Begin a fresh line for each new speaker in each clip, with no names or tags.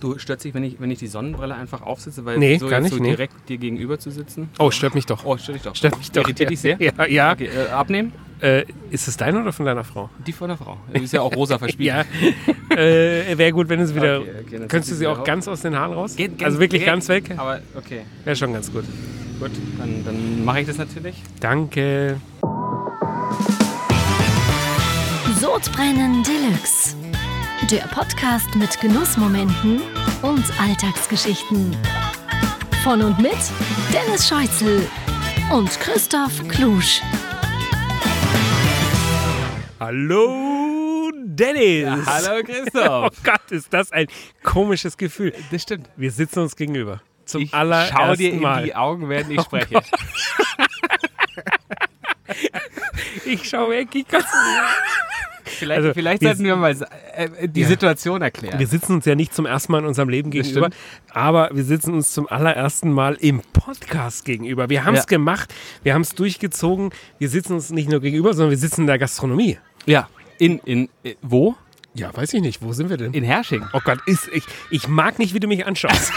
Du stört dich, wenn ich, wenn ich die Sonnenbrille einfach aufsitze, weil
Nee,
so,
gar
jetzt
nicht,
so
nee.
direkt dir gegenüber zu sitzen?
Oh, stört mich doch.
Oh, stört dich doch.
Stört mich doch.
Irritiert dich sehr?
Ja, ja.
Okay, äh, abnehmen?
Äh, ist es dein oder von deiner Frau?
Die von der Frau. Du bist ja auch rosa verspielt.
Ja. äh, Wäre gut, wenn es wieder.
Okay, okay, dann
könntest du
zieh
sie
sie
auch
auf.
ganz aus den Haaren raus?
Geht ganz
also wirklich
direkt.
ganz weg?
Aber okay,
Wäre schon ganz gut.
gut, dann, dann mache ich das natürlich.
Danke.
Sodbrennen Deluxe. Der Podcast mit Genussmomenten und Alltagsgeschichten. Von und mit Dennis Scheuzel und Christoph Klusch.
Hallo, Dennis.
Hallo
Oh
Christoph.
Gott, ist das ein komisches Gefühl.
Das stimmt.
Wir sitzen uns gegenüber. Zum
Ich
allerersten
schau dir in
Mal. Oh
die Augen, während ich spreche.
Ich schau weg. Ich kann's-
Vielleicht,
Also,
vielleicht
wir-
sollten wir mal äh, die
Ja.
Situation erklären.
Wir sitzen uns ja nicht zum ersten Mal in unserem Leben
Das
gegenüber, aber wir sitzen uns zum allerersten Mal im Podcast gegenüber. Wir haben es
Ja.
gemacht, wir haben es durchgezogen. Wir sitzen uns nicht nur gegenüber, sondern wir sitzen in der Gastronomie.
ja. In, in, äh, wo?
Ja, weiß ich nicht. Wo sind wir denn?
In Hersching.
Oh Gott, ist, ich, ich mag nicht, wie du mich anschaust.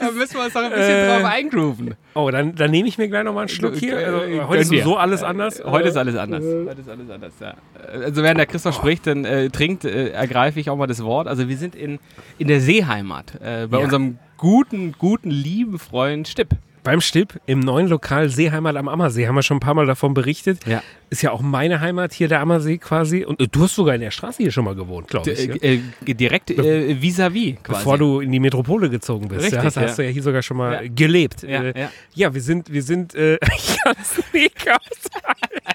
Da müssen wir uns doch ein bisschen
Äh,
drauf eingrooven.
Oh, dann, dann nehme ich mir gleich nochmal einen Schluck hier.
Äh,
Also, heute ist
gönn dir. Äh,
so alles anders. Äh,
Heute ist alles anders.
Mhm.
Heute ist alles anders, ja. Äh, Also während der Christoph spricht, dann äh, trinkt, äh, ergreife ich auch mal das Wort. Also wir sind in, in der Seeheimat, äh, bei
Ja.
unserem guten, guten, lieben Freund Stipp.
Beim Stipp im neuen Lokal Seeheimat am Ammersee haben wir schon ein paar Mal davon berichtet.
Ja.
Ist ja auch meine Heimat hier der Ammersee quasi. Und äh, du hast sogar in der Straße hier schon mal gewohnt, glaube ich. ja?
Äh, äh, direkt äh, vis-à-vis quasi.
Bevor du in die Metropole gezogen bist,
Richtig,
ja, hast,
ja.
hast du ja hier sogar schon mal
Ja.
äh, gelebt.
Ja,
äh,
ja.
ja, wir sind, wir sind, äh, ich kann es nicht aussagen.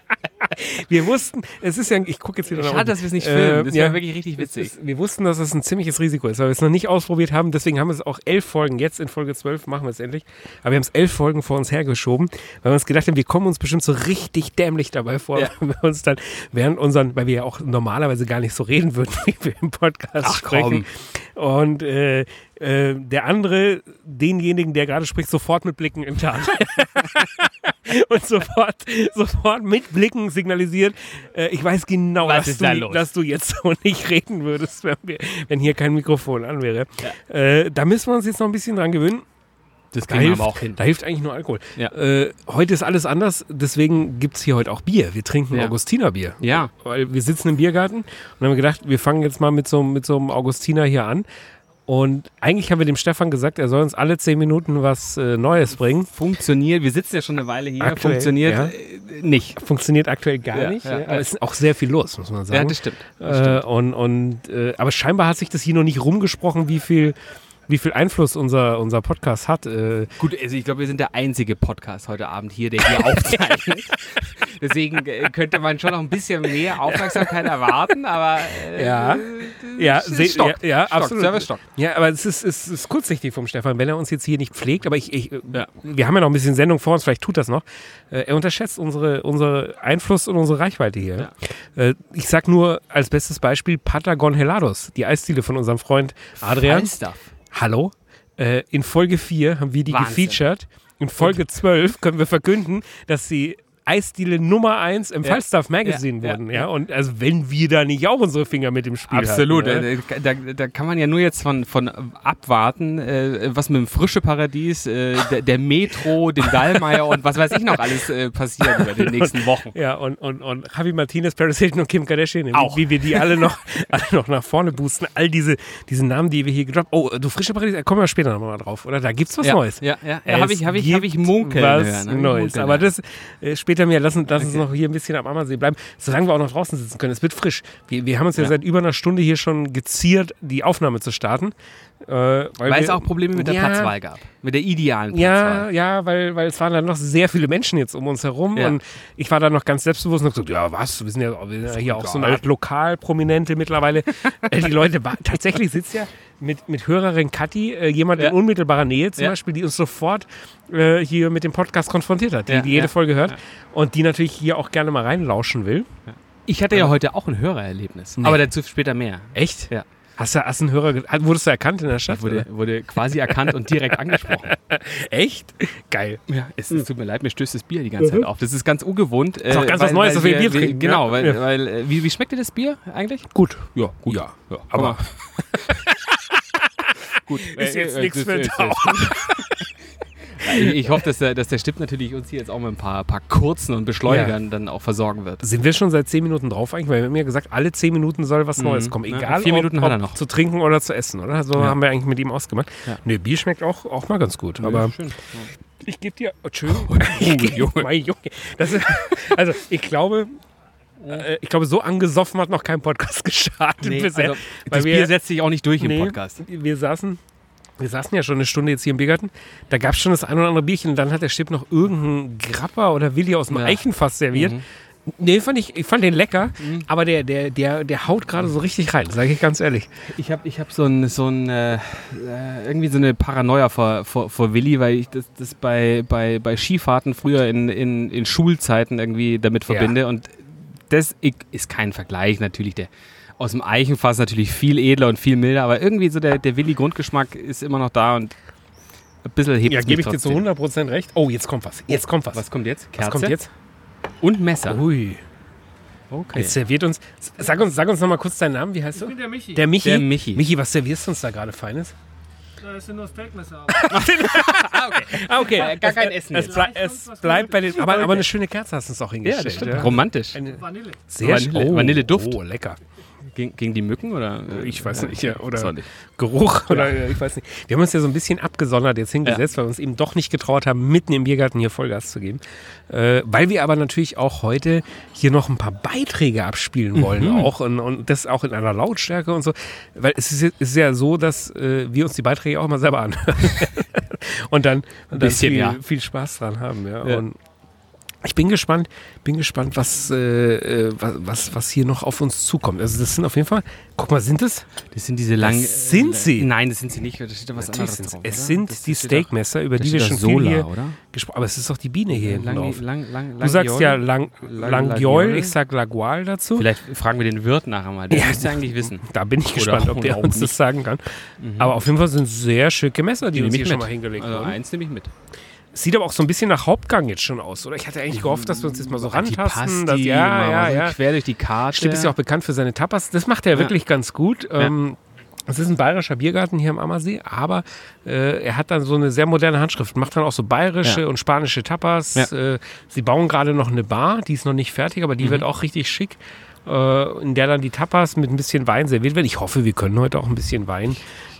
Wir wussten, es ist ja, ich gucke jetzt wieder nach
Schade,
unten.
dass wir es nicht filmen.
Äh,
das
ja.
wäre wirklich richtig witzig.
Es ist- Wir wussten, dass das ein ziemliches Risiko ist, weil wir es noch nicht ausprobiert haben. Deswegen haben wir es auch elf Folgen. Jetzt in Folge 12 machen wir es endlich. Aber wir haben es elf Folgen vor uns hergeschoben, weil wir uns gedacht haben, wir kommen uns bestimmt so richtig dämlich dabei vor,
Ja.
wenn wir uns dann während unseren, weil wir ja auch normalerweise gar nicht so reden würden, wie wir im Podcast
Ach,
sprechen. Und äh, äh, der andere, denjenigen, der gerade spricht, sofort mit Blicken im Tarn. Und sofort, sofort mit Blicken signalisiert, äh, ich weiß genau,
Was
dass
ist
du,
da los?
dass du jetzt so nicht reden würdest, wenn, wir, wenn hier kein Mikrofon an wäre. Äh, da müssen wir uns jetzt noch ein bisschen dran gewöhnen.
Das
Da hilft, da hilft eigentlich nur Alkohol.
Ja.
Äh, heute ist alles anders, deswegen gibt es hier heute auch Bier. Wir trinken
Ja.
Augustinerbier.
Ja,
Weil wir sitzen im Biergarten und haben gedacht, wir fangen jetzt mal mit so, mit so einem Augustiner hier an. Und eigentlich haben wir dem Stefan gesagt, er soll uns alle zehn Minuten was äh, Neues bringen.
funktioniert. Wir sitzen ja schon eine Weile hier.
Aktuell,
funktioniert
ja.
äh, nicht.
Funktioniert aktuell gar
Ja,
nicht.
ja,
aber es ist auch sehr viel los, muss man sagen.
Ja, das stimmt.
Äh, und, und, äh, aber scheinbar hat sich das hier noch nicht rumgesprochen, wie viel, wie viel Einfluss unser, unser Podcast hat. Äh,
Gut, also ich glaube, wir sind der einzige Podcast heute Abend hier, der hier aufzeichnet. Deswegen äh, könnte man schon noch ein bisschen mehr Aufmerksamkeit erwarten, aber äh,
ja, ja,
es
se-
stockt.
ja, ja
Stockt,
absolut.
Service stockt.
Ja, aber es ist, es ist kurzsichtig vom Stefan, wenn er uns jetzt hier nicht pflegt. Aber ich, ich, äh,
Ja.
wir haben ja noch ein bisschen Sendung vor uns, vielleicht tut das noch. Äh, er unterschätzt unsere, unsere Einfluss und unsere Reichweite hier. Äh, ich sag nur als bestes Beispiel Patagon Helados, die Eisdiele von unserem Freund Adrian.
Fun Stuff.
Hallo. Äh, in Folge 4 haben wir die
Wahnsinn.
gefeatured. In Folge 12 können wir verkünden, dass die Eisdiele Nummer 1 im Falstaff Magazine
Ja, ja,
wurden. Ja. Und also wenn wir da nicht auch unsere Finger mit dem Spiel
Absolut.
hatten.
äh, Da, da kann man ja nur jetzt von, von abwarten, äh, was mit dem frische Paradies, äh, der, der Metro, dem Dallmayr und was weiß ich noch alles äh, passieren wird in den nächsten Wochen.
Ja, und, und, und Javi Martinez, Paris Hilton und Kim Kardashian, wie-
Auch.
wie wir die alle noch, alle noch nach vorne boosten. All diese, diese Namen, die wir hier gedroppt Oh, du frische Paradies, da kommen wir später nochmal drauf, oder? Da gibt's was
ja,
Neues.
Ja, ja. ja habe
Es
ich, hab ich, hab ich
gibt
munkeln
was
hören. hab ich
Neues.
munkeln
Aber
hören.
das äh, später mehr. Lass, uns- lass uns noch hier ein bisschen am Ammersee bleiben, solange wir auch noch draußen sitzen können. Es wird frisch. Wir, wir haben uns ja,
Ja.
seit über einer Stunde hier schon geziert, die Aufnahme zu starten. Äh, weil
Weil
wir-
es auch Probleme mit der
Ja.
Platzwahl gab. Mit der idealen
Ja,
Platzwahl.
ja, weil, weil es waren dann noch sehr viele Menschen jetzt um uns herum
Ja.
und ich war dann noch ganz selbstbewusst und hab gesagt, ja was, wir sind ja, wir sind ja hier auch so eine Art Lokalprominente mittlerweile. Äh, Die Leute, wa- tatsächlich sitzt ja mit, mit Hörerin Kathi äh, jemand
Ja.
in unmittelbarer Nähe zum
Ja.
Beispiel, die uns sofort äh, hier mit dem Podcast konfrontiert hat, die,
Ja,
die jede
ja,
Folge hört und die natürlich hier auch gerne mal reinlauschen will.
Ich hatte ja heute auch ein Hörererlebnis. Aber dazu später mehr.
Echt?
Ja.
Hast du, hast du einen Hörer, ge- ah, wurdest du erkannt in der Stadt?
Wurde, wurde quasi erkannt und direkt angesprochen.
oder? Echt? Geil.
Ja, es,
Hm.
es tut mir leid, mir stößt das Bier die ganze Zeit auf. Das ist ganz ungewohnt. äh, Ist
auch Mhm. ganz was Neues, dass wir Bier trinken,
Genau,
ja.
weil,
Ja.
weil äh, wie, wie schmeckt dir das Bier eigentlich?
Gut.
Ja, gut. Ja, aber. gut.
Ist jetzt
äh,
nichts
das-
für den
das- das- Ich, ich hoffe, dass der, dass der Stipp natürlich uns hier jetzt auch mit ein paar, paar kurzen und Beschleunigern dann auch versorgen wird.
Sind wir schon seit 10 Minuten drauf eigentlich? Weil wir haben ja gesagt, alle 10 Minuten soll was Neues kommen.
Mhm. Ja,
Egal,
vier Minuten
ob,
hat er
ob
noch.
zu trinken oder zu essen, oder? So
Ja.
haben wir eigentlich mit ihm ausgemacht.
Ja.
Nee, Bier schmeckt auch, auch mal ganz gut. Aber
schön.
ich gebe dir... Oh, Entschuldigung. Ich geb-
Junge.
Mein Junge. Das ist, also, ich glaube... äh, Ich glaube, so angesoffen hat noch kein Podcast geschadet
Nee,
bisher.
also,
weil
das
wir-
Bier setzt sich auch nicht durch
Nee,
im Podcast.
Wir saßen, wir saßen ja schon eine Stunde jetzt hier im Biergarten. Da gab es schon das ein oder andere Bierchen. Und dann hat der Stipp noch irgendeinen Grappa oder Willi aus dem
Ja.
Eichenfass serviert.
Mhm.
Nee, fand ich, ich fand den lecker. Aber der, der, der, der haut gerade so richtig rein, sage ich ganz ehrlich.
Ich habe ich hab so ein, so ein äh, äh, irgendwie so eine Paranoia vor, vor, vor Willi, weil ich das, das bei, bei, bei Skifahrten früher in, in, in Schulzeiten irgendwie damit verbinde. Und das i- ist kein Vergleich natürlich. Der aus dem Eichenfass natürlich viel edler und viel milder, aber irgendwie so der, der Willi-Grundgeschmack ist immer noch da und ein bisschen hebt
Ja,
es
gebe
mich
ich dir zu
trotzdem.
100% recht. Oh, jetzt kommt was. Jetzt kommt was.
Was kommt jetzt? Kerze
Was kommt jetzt? Oh,
Und Messer.
Ui.
Okay.
Jetzt serviert uns. Sag uns, sag uns nochmal kurz deinen Namen. Wie heißt du?
der Michi.
Der Michi.
Der Michi.
Michi, was servierst du uns da gerade Feines?
Da ist ja nur das Steakmesser.
Ah, okay.
Gar kein Essen.
Es, blei es bleibt bei den. Aber, aber eine schöne Kerze hast du uns auch
Ja,
hingestellt.
das stimmt.
ja.
Romantisch.
Eine-
Vanille.
Sehr
Vanille-
schön.
Vanilleduft.
Oh, lecker.
Gegen, gegen die Mücken oder? äh,
Ich weiß nicht, ja, oder
Soll ich?
Geruch oder äh, ich weiß nicht. Wir haben uns ja so ein bisschen abgesondert jetzt hingesetzt, weil wir uns eben doch nicht getraut haben, mitten im Biergarten hier Vollgas zu geben. Äh, weil wir aber natürlich auch heute hier noch ein paar Beiträge abspielen wollen
Mhm.
auch und, und das auch in einer Lautstärke und so. Weil es ist, jetzt- es ist ja so, dass äh, wir uns die Beiträge auch mal selber anhören und dann, und dann
Bisschen,
viel,
ja.
viel Spaß dran haben. Ja.
Ja.
Und ich bin gespannt, bin gespannt, was, äh, äh, was, was, was hier noch auf uns zukommt. Also das sind auf jeden Fall, guck mal, sind es?
Das sind diese langen. Äh,
Das sind sie.
Nein, das sind sie nicht. Da steht da was
Natürlich
anderes
sind's-
drauf.
es
oder?
sind
Das
die
steht da-
Steakmesser, über
da
die wir
steht da
schon viel
Sola,
hier
oder?
gesprochen Aber es ist doch die Biene hier hinten
Lang,
drauf.
lang, lang,
Du sagst ja Lang,
Lang-
Langiol,
Langiol.
ich sag Lagual dazu.
Vielleicht fragen wir den Wirt nachher mal. Der
Ja,
müsste eigentlich wissen.
Da bin ich gespannt, ob der
oder auch
uns das
nicht. Mhm.
sagen kann. Aber auf jeden Fall sind sehr schicke Messer, die, uns hier schon mal hingelegt
Also
wurden.
eins nehme ich mit.
Sieht aber auch so ein bisschen nach Hauptgang jetzt schon aus, oder? Ich hatte eigentlich gehofft, dass wir uns jetzt mal so rantasten. dass,
die
ja,
mal
ja,
so
ja.
quer durch die Karte.
Stipp ist ja auch bekannt für seine Tapas. Das macht er
Ja.
wirklich ganz gut. Ähm, es ist ein bayerischer Biergarten hier am Ammersee, aber äh, er hat dann so eine sehr moderne Handschrift, macht dann auch so bayerische
Ja.
und spanische Tapas.
Ja.
Äh, sie bauen gerade noch eine Bar, die ist noch nicht fertig,
Mhm.
aber die wird auch richtig schick, äh, in der dann die Tapas mit ein bisschen Wein serviert werden. Ich hoffe, wir können heute auch ein bisschen Wein.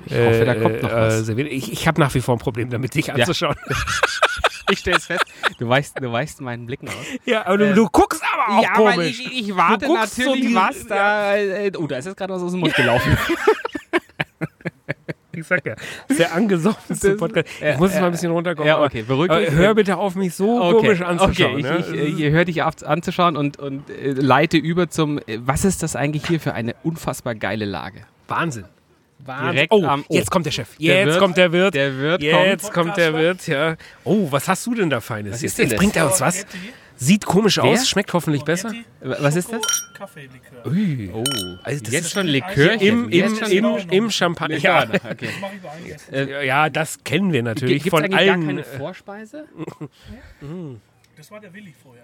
Ich
hoffe, da kommt noch was.
servieren. Ich, ich habe nach wie vor ein Problem damit, dich anzuschauen.
Ich stelle es fest. Du weichst, du weichst meinen Blicken aus.
Ja, aber du,
Äh,
du guckst aber auch komisch.
ich
warte natürlich, was
da. Oh, da ist jetzt gerade was aus dem Mund gelaufen.
Ich sag ja, sehr angesoffenste
Das-
Podcast.
ja,
Ich muss jetzt mal ein bisschen runterkommen.
ja,
aber-
okay, beruhig
aber
dich.
Hör bitte auf, mich so komisch anzuschauen.
Okay,
ne?
ich, äh, ich, ich höre dich ab, anzuschauen und, und äh, leite über zum, äh, was ist das eigentlich hier für eine unfassbar geile Lage?
Wahnsinn. Wahnsinn.
Direkt
oh,
am Ohr.
jetzt kommt der Chef. Jetzt
Der Wirt-
kommt der Wirt.
der Wirt
jetzt
kommt.
kommt, der Wirt, ja. Oh, was hast du denn da Feines?
Was
jetzt
ist denn
jetzt
das?
bringt er uns was. Sieht komisch aus, schmeckt hoffentlich besser.
Was ist das?
Oh, Kaffeelikör.
Ui.
Oh,
Also das
jetzt
ist-
schon Likörchen.
Im, im,
jetzt schon
im,
Likörchen.
Im Champagner. Ja,
okay.
Das mache ich bei allen Gästen.
ja, das kennen wir natürlich
Gibt's
von
eigentlich gar
allen.
keine Vorspeise?
Das war der Willi vorher.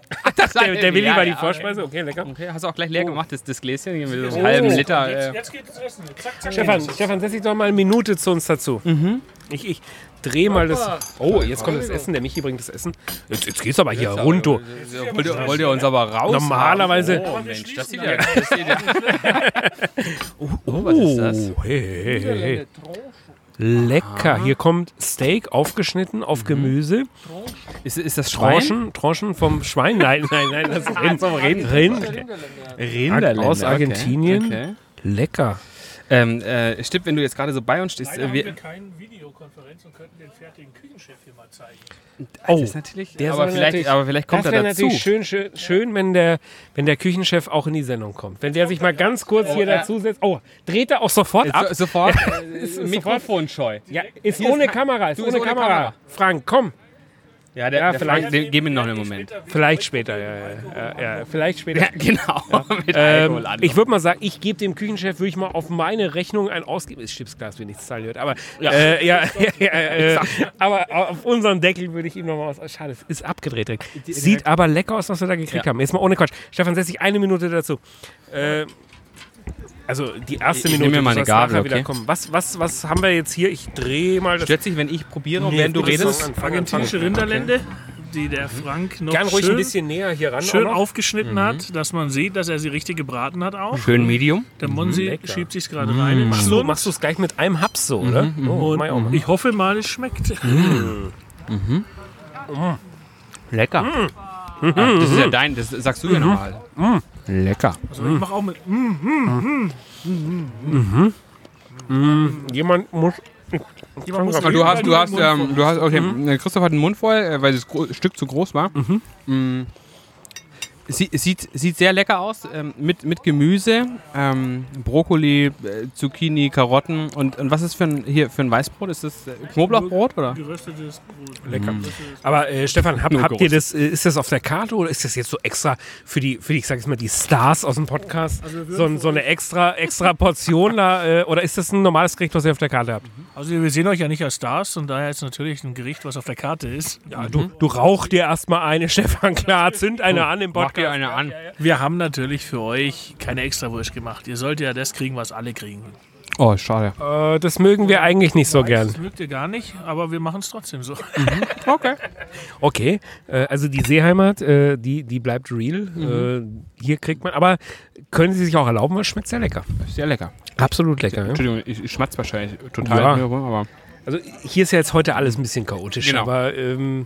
Der, der Willi
Ja,
war die
ja,
Vorspeise. Okay, lecker.
Okay, hast du auch gleich leer gemacht, das, das Gläschen hier mit so
Oh.
einem halben Liter.
Jetzt,
Äh,
jetzt geht das Essen. Zack, zack,
Stefan,
zack.
Stefan, setz dich doch mal eine Minute zu uns dazu.
Mhm.
Ich, ich dreh mal das. Oh, jetzt kommt das Essen. Der Michi bringt das Essen. Jetzt, jetzt geht's aber hier rund. du.
wollt, ihr, wollt ihr uns aber raus?
Normalerweise-
Oh,
Aber wir
Mensch, das sieht
schließen
ja. Das sieht ja
Oh,
was ist das?
Hey, hey, hey, hey. Lecker. Hier kommt Steak aufgeschnitten
Mhm.
auf Gemüse. Oh.
ist, ist das Schwein?
Tranchen, Tranchen vom Schwein. Nein, nein, nein. Das ist Rind. Rind.
Rinderländer.
Aus
okay,
Argentinien.
Okay.
Lecker.
Ähm, äh, Stipp, wenn du jetzt gerade so bei uns stehst,
Leider
äh,
haben wir
wir,
keine Videokonferenz und könnten den fertigen Küchenchef hier mal zeigen.
Oh,
ist natürlich,
der
aber,
soll
vielleicht,
natürlich-
aber vielleicht kommt
das
er
wäre
dazu.
natürlich schön, schön, schön wenn, der, wenn der Küchenchef auch in die Sendung kommt. Wenn der sich mal ganz kurz hier
ja.
dazu setzt. Oh, dreht er auch sofort ab?
So, sofort äh,
sofort-
mikrofonscheu.
Ja, ist ohne
kein-
Kamera, ist
Du,
ohne, Kamera. Frank, komm.
Ja, der,
Ja,
der
vielleicht-
Frank, den, geben wir noch einen Moment.
Vielleicht später, ja, ja, ja, ja, vielleicht später.
Ja, genau. Mit
Ähm,
Alkohol an. ne?
ich würde mal sagen, ich gebe dem Küchenchef, würde ich mal auf meine Rechnung ein ausgegebenes Chipsglas, wenn ich es zahlen würde. Aber, ja. Äh, ja, ja, ja, äh, aber auf unseren Deckel würde ich ihm nochmal aus. Schade, es ist abgedreht. direkt. Sieht aber lecker aus, was wir da gekriegt haben. Jetzt mal ohne Quatsch. Stefan, setz dich eine Minute dazu. Äh, also die erste
Ich- ich
Minute.
nehme mir
du
meine
sollst
Gabel,
nachher wieder
okay?
kommen. Was, was, was haben wir jetzt hier? Ich drehe mal das.
Stört sich, wenn ich probiere und
Nee,
während du
das ist
redest?
so ein-
Argentinische Rinderlende, die der Frank noch
Gern ruhig
schön,
ein bisschen näher hier ran.
schön
auch noch. Mhm.
aufgeschnitten hat, dass man sieht, dass er sie richtig gebraten hat auch.
Schön Medium.
Der Monsi
lecker.
schiebt sich gerade rein in den
Machst du-
Schlund.
Machst du es gleich mit einem Haps so, oder?
Mhm,
Oh, mach ich auch Mhm. mal.
Und ich hoffe mal, es schmeckt.
Lecker. Ah, das ist ja dein, das sagst du ja nochmal. Lecker.
Also ich mache auch mit. Mm,
Jemand muss
jemand muss
Aber du hast, du hast,
Mund voll-
ähm, du hast, okay, äh, Christoph hat einen Mund voll, äh, weil das Gro Stück zu groß war. Mm. Sie, sieht, sieht sehr lecker aus, ähm, mit, mit Gemüse, ähm, Brokkoli, äh, Zucchini, Karotten und, und was ist für ein, hier für ein Weißbrot? Ist das äh, Knoblauchbrot oder?
geröstetes Brot.
Lecker. Aber äh, Stefan, hab,
Nur
habt
groß.
ihr das, äh, ist das auf der Karte oder ist das jetzt so extra für die, für die ich sag jetzt mal, die Stars aus dem Podcast? so, ein- so eine extra, extra Portion da, äh, oder ist das ein normales Gericht, was ihr auf der Karte habt?
Also wir sehen euch ja nicht als Stars und daher ist natürlich ein Gericht, was auf der Karte ist.
Ja, Ah, du, du rauch dir erstmal eine, Stefan, klar, zünd eine an im
Mach dir
Podcast.
eine an.
Wir haben natürlich für euch keine Extrawurst gemacht. Ihr sollt ja das kriegen, was alle kriegen.
Oh, schade.
Äh, das mögen wir eigentlich nicht so gern.
Das mögt ihr gar nicht, aber wir machen es trotzdem so.
Okay.
Okay, äh, also die Seeheimat, äh, die, die bleibt real. Äh, hier kriegt man, aber können sie sich auch erlauben, weil es schmeckt sehr lecker.
Sehr lecker.
Absolut lecker. Ja?
Entschuldigung, ich, ich schmatze wahrscheinlich total.
Ja.
in mir rum, aber
Also hier ist ja jetzt heute alles ein bisschen chaotisch,
Genau.
aber ähm,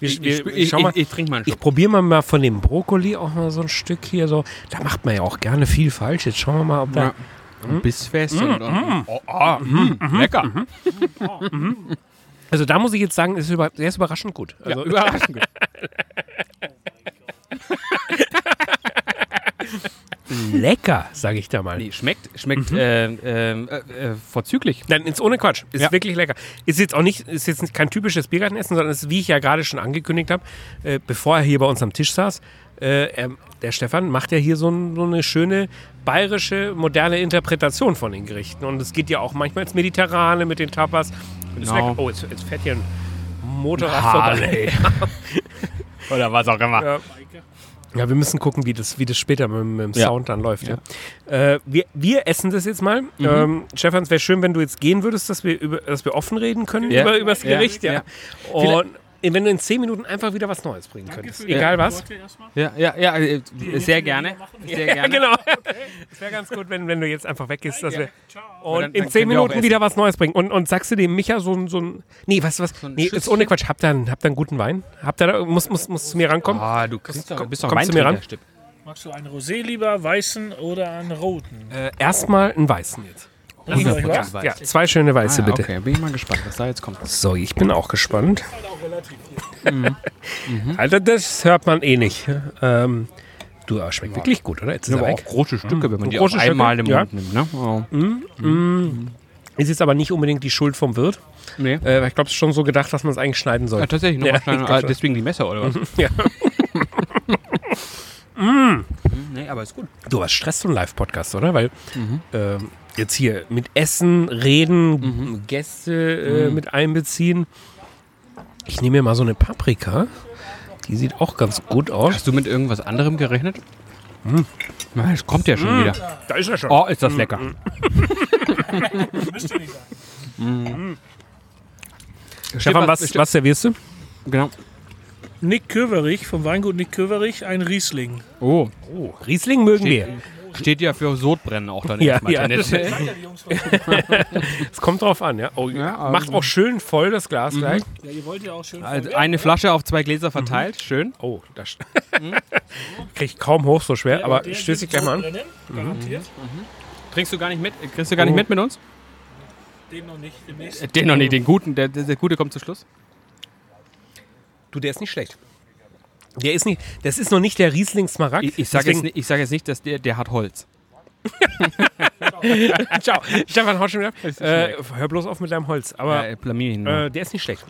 wir,
ich,
wir,
ich, ich,
schau mal.
ich, ich trinke mal einen
Ich
Schluck.
probiere mal, mal von dem Brokkoli auch mal so ein Stück hier so. Da macht man ja auch gerne viel falsch. Jetzt schauen wir mal, ob da.
Ja. Bissfest und, und oh, ah, mm, lecker.
Also da muss ich jetzt sagen, ist über, der ist überraschend gut. Also,
ja, überraschend gut.
lecker, sage ich da mal.
Nee, schmeckt, schmeckt äh, ähm, äh, äh, vorzüglich.
Dann ist ohne Quatsch. Ist
Ja.
wirklich lecker. Ist jetzt auch nicht, ist jetzt nicht kein typisches Biergartenessen, sondern ist, wie ich ja gerade schon angekündigt habe, äh, bevor er hier bei uns am Tisch saß, äh, er, der Stefan macht ja hier so, ein, so eine schöne bayerische, moderne Interpretation von den Gerichten. Und es geht ja auch manchmal ins Mediterrane mit den Tapas. Und es ist
Genau.
lecker. Oh, jetzt, jetzt fährt hier ein Motorrad vorbei.
Harley. Oder was auch immer.
Ja. Ja, wir müssen gucken, wie das, wie das später mit, dem- mit dem
Ja. Mhm.
Sound dann läuft. Ja. Äh, wir, wir essen das jetzt mal. Ähm, Stefan, es wäre schön, wenn du jetzt gehen würdest, dass wir, über, dass wir offen reden können
Ja.
über, über das
Ja.
Gericht. Ja.
Ja.
Und wenn du in zehn Minuten einfach wieder was Neues bringen könntest. Egal was.
Ja, ja, ja, äh, sehr gerne. Sehr
Ja,
gerne.
genau. Es wäre ganz gut, wenn, wenn du jetzt einfach weggehst. Dass wir und
Dann- dann
in zehn
können wir auch
Minuten
essen.
wieder was Neues bringen. Und, und sagst du dem Micha so ein. So ein nee, was, was?
ein
nee, ist
Schüsschen?
ohne Quatsch. Habt ihr einen, habt ihr einen guten Wein? Habt ihr da, muss, muss, muss zu mir rankommen?
Ah, du kriegst doch,
Komm-
bist doch
kommst du mir ran?
Weintrinker, Stipp.
Magst du einen Rosé lieber, weißen oder einen roten?
Äh, Erstmal einen weißen jetzt.
Bring ich euch was?
Ja, zwei schöne
Ah,
weiße
ja,
bitte.
Okay, bin ich mal gespannt, was da jetzt kommt.
So, ich bin auch gespannt. Mhm. Alter, das hört man eh nicht. Ähm, du, aber schmeckt wirklich gut, oder? Jetzt ist er weg. Hm?
große Stücke, wenn man die
Große
auf einmal
Stücke, Hm,
im Mund nimmt. Ne? Oh.
Ist jetzt aber nicht unbedingt die Schuld vom Wirt.
Nee.
Äh, weil ich glaube, es ist schon so gedacht, dass man es eigentlich schneiden
Ja,
sollte.
tatsächlich, noch
Ja,
mal
ich
kleiner,
glaub
ah,
schon.
deswegen die Messer oder was?
Ja.
Hm,
Hm.
nee, aber ist gut.
Du, was stresst so ein Live-Podcast, oder? Weil ähm, jetzt hier mit Essen, Reden, Gäste äh, mit einbeziehen. Ich nehme mir mal so eine Paprika. Die sieht auch ganz gut aus.
Hast du mit irgendwas anderem gerechnet?
Hm.
Na, Es kommt ja schon wieder.
Da ist er schon.
Oh, ist das lecker. Mm.
Stefan, was,
Stipp-
was servierst du?
Genau.
Nick Köverich, vom Weingut Nick Köverich, ein Riesling.
Oh,
Oh, Riesling mögen wir.
steht ja für Sodbrennen auch dann
Ja,
erstmal.
ja.
tendenziell.
Es kommt drauf an, ja. Oh,
Ja,
macht
also- Mhm.
auch schön voll das Glas gleich.
Ja, ihr wollt ja auch schön.
Also Eine Flasche auf zwei Gläser verteilt, schön.
Oh, das
Mhm.
krieg ich kaum hoch so schwer, aber
Der
stöß dich
wird
gleich mal an. Mhm.
brennen, Garantiert.
Trinkst du gar nicht mit? Kriegst du gar nicht mit mit uns? Oh.
Den noch nicht, den nächsten.
Oh. Den noch nicht, den guten. Der, der, der gute kommt zu Schluss.
Du, der ist nicht schlecht. Der ist nicht, das ist noch nicht der Riesling Smaragd.
Ich, ich sage jetzt,
deswegen-
nicht- ich sag jetzt nicht, dass der, der hat Holz.
Ah, Ciao. Stefan, haut schon wieder ab.
ist
Äh, hör bloß auf mit deinem Holz. Aber
Äh, blamier ihn. nur.
äh, der ist nicht schlecht.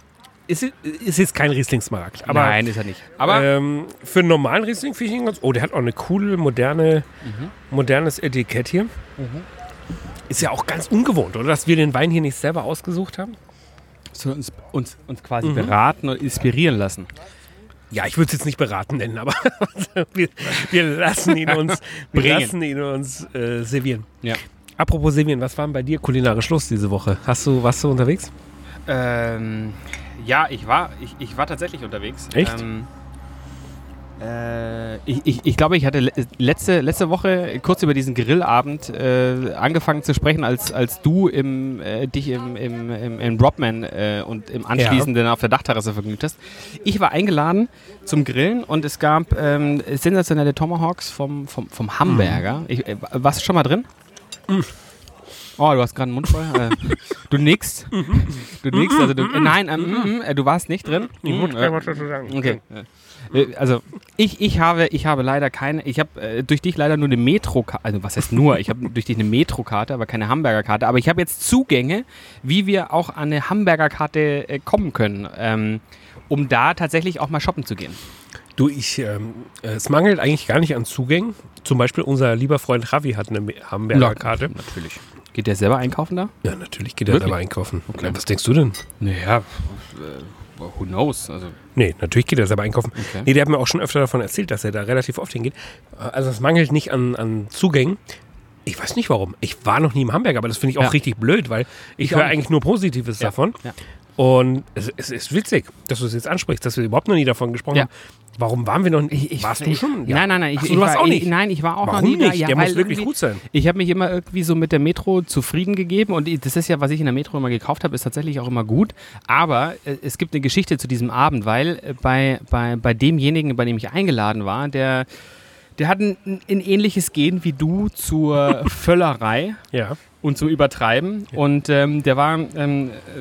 ist, ist jetzt kein Rieslingsmarkt. Aber
Nein, ist er nicht. Aber
ähm, für einen normalen Riesling finde ich ihn ganz. Oh, der hat auch eine coole, moderne,
Mhm.
modernes Etikett hier. Ist ja auch ganz ungewohnt, oder? Dass wir den Wein hier nicht selber ausgesucht haben.
so uns, uns, uns quasi beraten und inspirieren lassen.
Ja, ich würde es jetzt nicht beraten nennen, aber wir, wir lassen ihn uns, wir
Bringen.
lassen ihn uns äh, servieren.
Ja.
Apropos servieren, was war denn bei dir kulinarisch los diese Woche? Hast du, warst du unterwegs?
Ähm, ja, ich war, ich, ich war tatsächlich unterwegs.
Echt?
Ähm, äh, ich, ich, ich glaube, ich hatte le- letzte, letzte Woche kurz über diesen Grillabend äh, angefangen zu sprechen, als, als du im, äh, dich im, im, im, im Robman äh, und im anschließenden auf der Dachterrasse vergnügt hast. Ich war eingeladen zum Grillen und es gab ähm, sensationelle Tomahawks vom, vom, vom Hamburger. Ich, äh, warst du schon mal drin? Oh, du hast gerade einen Mund voll. äh, du nickst. Du nix, also du, äh, nein, ähm, mm, mm, äh, du warst nicht drin. Mm, äh, okay. Äh, Also ich, ich habe ich habe leider keine, ich habe äh, durch dich leider nur eine Metro, also was heißt nur, ich habe durch dich eine Metrokarte, aber keine Hamburger Karte, aber ich habe jetzt Zugänge, wie wir auch an eine Hamburger Karte äh, kommen können, ähm, um da tatsächlich auch mal shoppen zu gehen.
Du, ich, ähm, äh, es mangelt eigentlich gar nicht an Zugängen. Zum Beispiel unser lieber Freund Ravi hat eine Me- Hamburger Karte.
Natürlich. Geht der selber einkaufen da?
Ja, natürlich geht er
Wirklich?
selber einkaufen. Na, Was denkst du denn?
Naja, who knows? Also,
Nee, natürlich geht er selber einkaufen.
Okay.
Nee, der hat mir auch schon öfter davon erzählt, dass er da relativ oft hingeht. Äh, Also es mangelt nicht an, an Zugängen. Ich weiß nicht warum. Ich war noch nie im Hamburger, aber das finde ich auch
Ja.
richtig blöd, weil ich,
auch
höre
nicht.
eigentlich nur Positives davon.
ja.
Und es, es ist witzig, dass du es jetzt ansprichst, dass wir überhaupt noch nie davon gesprochen
Ja.
haben. Warum waren wir noch nicht? Warst du schon? Ja.
Nein, nein, nein. Ich,
Ach so,
ich
du warst
war,
auch nicht.
Ich, nein, ich war auch
Warum
noch nie da.
nicht? Der muss
weil
wirklich
irgendwie-
gut sein.
Ich habe mich immer irgendwie so mit der Metro zufrieden gegeben und ich- das ist ja, was ich in der Metro immer gekauft habe, ist tatsächlich auch immer gut. Aber äh, es gibt eine Geschichte zu diesem Abend, weil äh, bei, bei, bei demjenigen, bei dem ich eingeladen war, der, der hat ein, ein ähnliches Gehen wie du zur Völlerei
Ja.
und zum Übertreiben. Und ähm, der war, ähm, äh,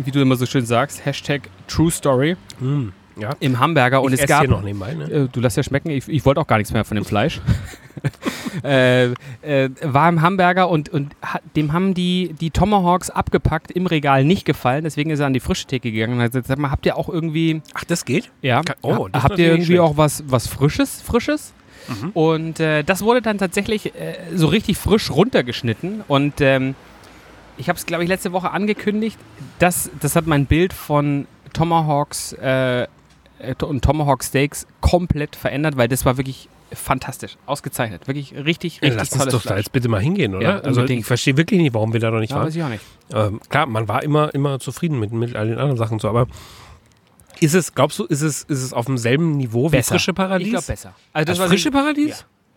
wie du immer so schön sagst, Hashtag True Story
Hm. ja.
im Hamburger. Und es
Ich esse
gab
hier noch nebenbei, ne?
äh, du lass ja schmecken, ich, ich wollte auch gar nichts mehr von dem Fleisch. äh, äh, war im Hamburger und, und hat, dem haben die, die Tomahawks abgepackt im Regal nicht gefallen, deswegen ist er an die frische Theke gegangen und hat gesagt, sag mal, habt ihr auch irgendwie,
Ach, das geht?
ja,
Ka- oh,
ha-
das ist
habt ihr
natürlich
irgendwie
schlecht. Mhm.
auch was, was Frisches, Frisches? Und äh, das wurde dann tatsächlich äh, so richtig frisch runtergeschnitten und ähm, ich habe es, glaube ich, letzte Woche angekündigt. Das, das hat mein Bild von Tomahawks äh, äh, und Tomahawk Steaks komplett verändert, weil das war wirklich fantastisch, ausgezeichnet. Wirklich richtig, richtig
Lass uns
tolles
doch da
Fleisch.
jetzt bitte mal hingehen, oder?
Ja,
also ich
unbedingt.
verstehe wirklich nicht, warum wir da noch nicht
ja,
waren.
weiß ich auch nicht.
Ähm, klar, man war immer, immer zufrieden mit, mit all den anderen Sachen so, aber ist es, glaubst du, ist es, ist es auf demselben Niveau wie frische Paradies?
Ich glaube besser. Also
Das
war-
frische Paradies?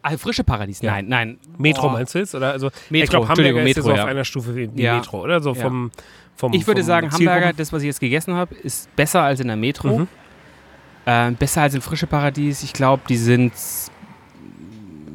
Ja. Ah, frische Paradies?
Ja.
Nein, nein.
Metro
Boah.
meinst du jetzt? Oder? Also, ich
Metro,
glaube, Hamburger
Entschuldigung,
ist ja so
Metro,
auf
ja.
einer Stufe wie wie
Ja.
Metro, oder? So
Ja.
vom, vom,
Ich würde
um vom
sagen,
Zielgruppen-
Hamburger, das, was ich jetzt gegessen habe, ist besser als in der Metro.
Mhm.
Ähm, besser als in Frische Paradies. Ich glaube, die sind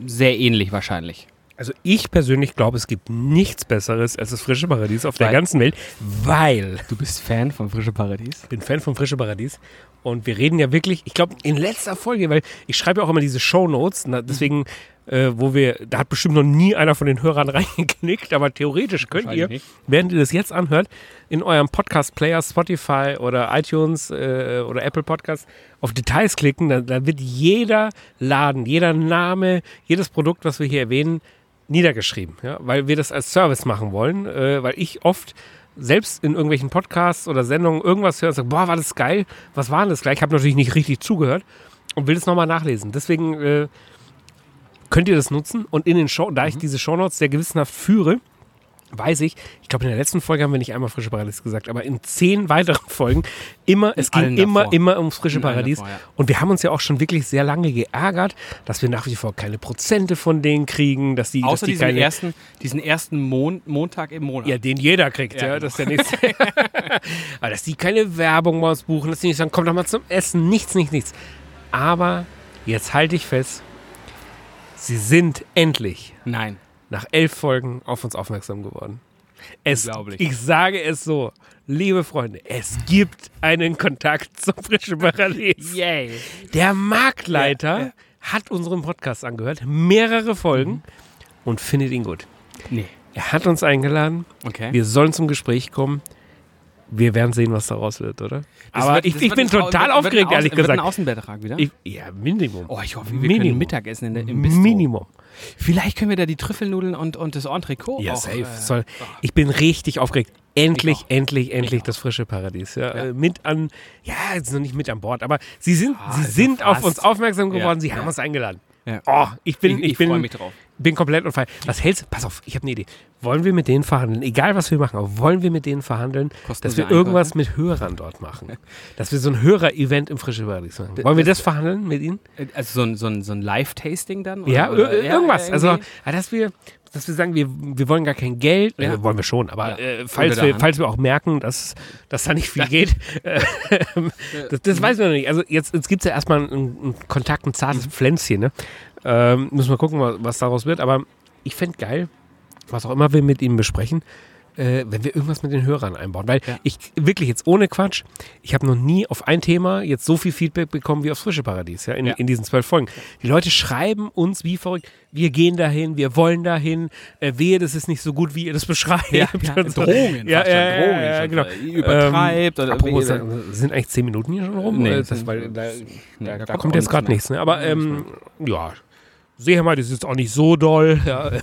sehr ähnlich wahrscheinlich.
Also ich persönlich glaube, es gibt nichts Besseres als das frische Paradies auf der
Weil-
ganzen Welt, weil
Du bist Fan von Frische Paradies?
Ich bin Fan von Frische Paradies. Und wir reden ja wirklich, ich glaube, in letzter Folge, weil ich schreibe ja auch immer diese Shownotes, na, deswegen, äh, wo wir, da hat bestimmt noch nie einer von den Hörern reingeknickt, aber theoretisch könnt ihr,
Wahrscheinlich
während ihr das jetzt anhört, in eurem Podcast-Player, Spotify oder iTunes äh, oder Apple Podcast auf Details klicken, da, da wird jeder Laden, jeder Name, jedes Produkt, was wir hier erwähnen, niedergeschrieben, ja? weil wir das als Service machen wollen, äh, weil ich oft selbst in irgendwelchen Podcasts oder Sendungen irgendwas höre und sage, boah, war das geil, was war denn das gleich? Ich habe natürlich nicht richtig zugehört und will es nochmal nachlesen. Deswegen äh, könnt ihr das nutzen und in den Show, da
Mhm.
ich diese Shownotes sehr gewissenhaft führe, weiß ich, ich glaube in der letzten Folge haben wir nicht einmal frische Paradies gesagt, aber in zehn weiteren Folgen immer, es ging
allen
immer,
davor.
immer ums frische
In allen
Paradies.
davor, ja.
Und wir haben uns ja auch schon wirklich sehr lange geärgert, dass wir nach wie vor keine Prozente von denen kriegen, dass die, dass
Außer
die
diesen
keine,
ersten, diesen ersten Mon Montag im Monat.
ja, den jeder kriegt, ja,
Ja, genau.
das ist der nächste. Aber dass die keine Werbung bei uns buchen, dass die nicht sagen, komm doch mal zum Essen, nichts, nichts, nichts. Aber jetzt halte ich fest, sie sind endlich
Nein.
nach elf Folgen auf uns aufmerksam geworden. Es,
Unglaublich.
ich sage es so, liebe Freunde, es gibt einen Kontakt zum frischen Paradies.
Yay.
Der Marktleiter hat unseren Podcast angehört, mehrere Folgen und findet ihn gut.
Nee.
Er hat uns eingeladen,
Okay.
wir sollen zum Gespräch kommen. Wir werden sehen, was daraus wird, oder?
Das
Aber
wird-
ich,
das
ich
wird ein
bin
Au- wird ein
total aufgeregt,
Außen-
ehrlich
Wird ein
gesagt.
Außenbädertrag wieder?
Ich, ja, Minimum.
oh, ich hoffe, wir
Minimum.
können Mittagessen in der, im Bistro.
Minimum.
Vielleicht können wir da die Trüffelnudeln und, und das Entrecot
Ja,
auch,
safe.
äh,
Soll, ich bin richtig aufgeregt. Endlich,
Ich auch.
endlich, endlich das frische Paradies. Ja,
Ja.
Äh, Mit an, ja, jetzt noch nicht mit an Bord, aber sie sind,
Ah,
sie
also
sind auf
fast.
uns aufmerksam
Ja,
geworden, sie
ja.
haben uns eingeladen.
Ja.
Oh, ich bin, ich,
ich freue
bin,
mich drauf.
bin komplett on fire. Was hältst du? Pass auf, ich habe eine Idee. Wollen wir mit denen verhandeln? Egal, was wir machen, aber wollen wir mit denen verhandeln,
Kosten
dass
wir
wir
Einkäufe?
irgendwas mit Hörern dort machen? dass wir so ein Hörer-Event im Frische Paradies machen. Wollen wir das verhandeln mit ihnen?
Äh, Also so ein, so ein, so ein Live-Tasting dann? Oder,
Ja,
oder,
ir- irgendwas. also,
irgendwie.
ja, dass wir, dass wir sagen, wir, wir wollen gar kein Geld.
Ja.
Äh, wollen wir schon, aber
Ja.
äh,
Wollen wir
falls,
da
wir,
an?
falls wir auch merken, dass, dass da nicht viel geht, äh, das, das weiß man noch nicht. Also jetzt, jetzt gibt es ja erstmal einen, einen Kontakt, ein
Mhm.
zartes Pflänzchen. Ne? Ähm, müssen wir gucken, was, was daraus wird. Aber ich fände geil, was auch immer wir mit ihm besprechen, äh, wenn wir irgendwas mit den Hörern einbauen. Weil
Ja.
ich wirklich jetzt ohne Quatsch, ich habe noch nie auf ein Thema jetzt so viel Feedback bekommen wie aufs Frische Paradies, ja, in,
Ja.
in diesen zwölf Folgen. Die Leute schreiben uns wie verrückt, wir gehen dahin, wir wollen dahin, äh, wehe, das ist nicht so gut, wie ihr das beschreibt.
Ja, ja,
Und so.
Drohungen,
ja,
fast schon,
ja, ja,
Drohungen
ja,
schon.
genau. Ähm,
Ihr übertreibt oder-
apropos, sind eigentlich zehn Minuten hier schon rum?
Nee,
Äh, das, weil, da, da, da kommt jetzt gerade
mehr.
nichts. Ne? Aber ähm, ja, sehe mal, das ist jetzt auch nicht so doll. Ja.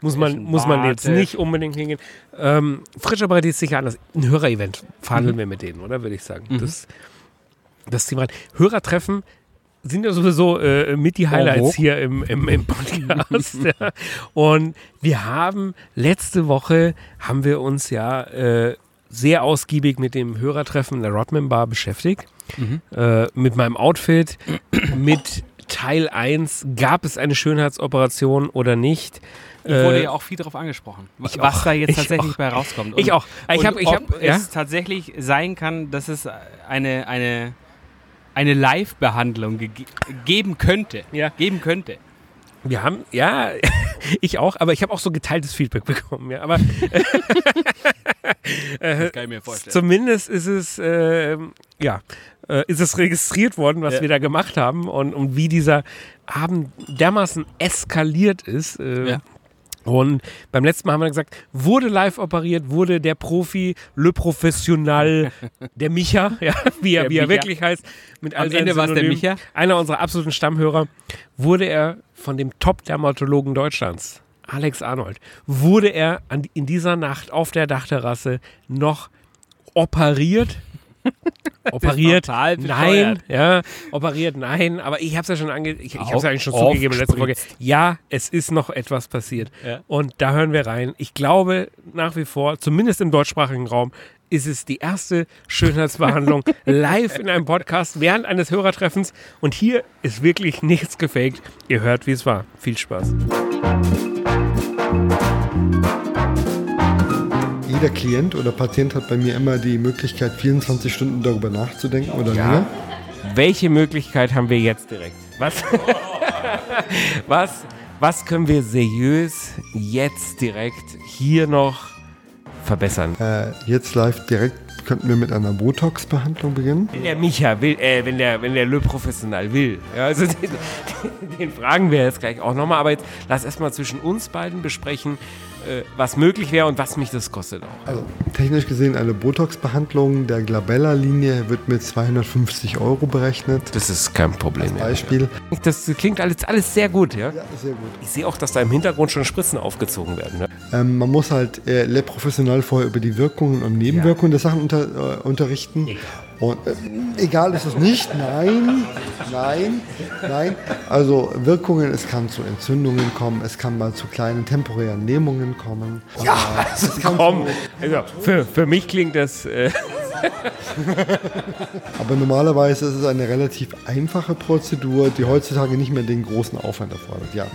muss, man, muss man jetzt
Warte.
nicht unbedingt hingehen. Ähm, Frischer Paradies ist sicher anders. Ein Hörer-Event verhandeln wir mit denen, oder? Würde ich sagen. Das, das Thema. Hörertreffen sind ja sowieso äh, mit die Highlights
Oho.
hier im, im, im Podcast. ja. Und wir haben letzte Woche haben wir uns ja äh, sehr ausgiebig mit dem Hörertreffen in der Rodman Bar beschäftigt. Äh, mit meinem Outfit, mit Teil 1, gab es eine Schönheitsoperation oder nicht?
Ich wurde
Äh,
ja auch viel darauf angesprochen, wa-
ich
was
auch.
da jetzt
Ich
tatsächlich
auch.
bei rauskommt.
ich
Und-
auch. Ich
und
habe, ich
ob
habe, ja,
es tatsächlich sein kann, dass es eine, eine, eine Live-Behandlung gege- geben könnte.
Ja. Äh,
Geben könnte.
wir haben, ja, ich auch, aber ich habe auch so geteiltes Feedback bekommen. Ja, aber
Das kann ich mir vorstellen.
Zumindest ist es, ähm, ja, äh, ist es registriert worden, was
Ja.
wir da gemacht haben und, und wie dieser Abend dermaßen eskaliert ist. Äh,
Ja.
Und beim letzten Mal haben wir gesagt, wurde live operiert, wurde der Profi, Le Professional, der Micha, ja, wie er,
Der
wie er
Micha.
wirklich heißt. Mit all
Am
seinen
Ende war's der
Synonymen,
Micha.
Einer unserer absoluten Stammhörer, wurde er von dem Top-Dermatologen Deutschlands, Alex Arnold, wurde er an, in dieser Nacht auf der Dachterrasse noch operiert. operiert.
total
nein,
bescheuert.
ja, operiert, nein, aber ich habe es ja schon ange ich, ich habe es eigentlich schon
Auf-
zugegeben in der letzten Folge.
aufgespritzt.
Ja, es ist noch etwas passiert.
Ja.
Und da hören wir rein. Ich glaube nach wie vor, zumindest im deutschsprachigen Raum, ist es die erste Schönheitsbehandlung live in einem Podcast während eines Hörertreffens. Und hier ist wirklich nichts gefaked. Ihr hört, wie es war. Viel Spaß.
Jeder Klient oder Patient hat bei mir immer die Möglichkeit, 24 Stunden darüber nachzudenken oder
Ja.
länger.
Welche Möglichkeit haben wir jetzt direkt? Was, was, was können wir seriös jetzt direkt hier noch verbessern?
Äh, jetzt live direkt könnten wir mit einer Botox-Behandlung beginnen.
Wenn der Micha will, äh, wenn der, wenn der Le Professional will. Ja, also den, den fragen wir jetzt gleich auch nochmal. Aber jetzt lass erstmal zwischen uns beiden besprechen, äh, was möglich wäre und was mich das kostet auch.
Also technisch gesehen eine Botox-Behandlung der Glabella-Linie wird mit 250 Euro berechnet.
Das ist kein Problem. Ja.
Beispiel.
Das klingt alles, alles sehr gut, ja.
Ja, sehr gut.
Ich sehe auch, dass da im Hintergrund schon Spritzen aufgezogen werden. Ne?
Ähm, man muss halt äh, Le Professional vorher über die Wirkungen und Nebenwirkungen der Sachen unter, äh, unterrichten. Und, äh, egal ist es nicht, nein, nein, nein. Also Wirkungen, es kann zu Entzündungen kommen, es kann mal zu kleinen temporären Lähmungen kommen. Ja, es kann
Komm,
Zu,
also für, für mich klingt das. Äh,
aber normalerweise ist es eine relativ einfache Prozedur, die heutzutage nicht mehr den großen Aufwand erfordert. Ja,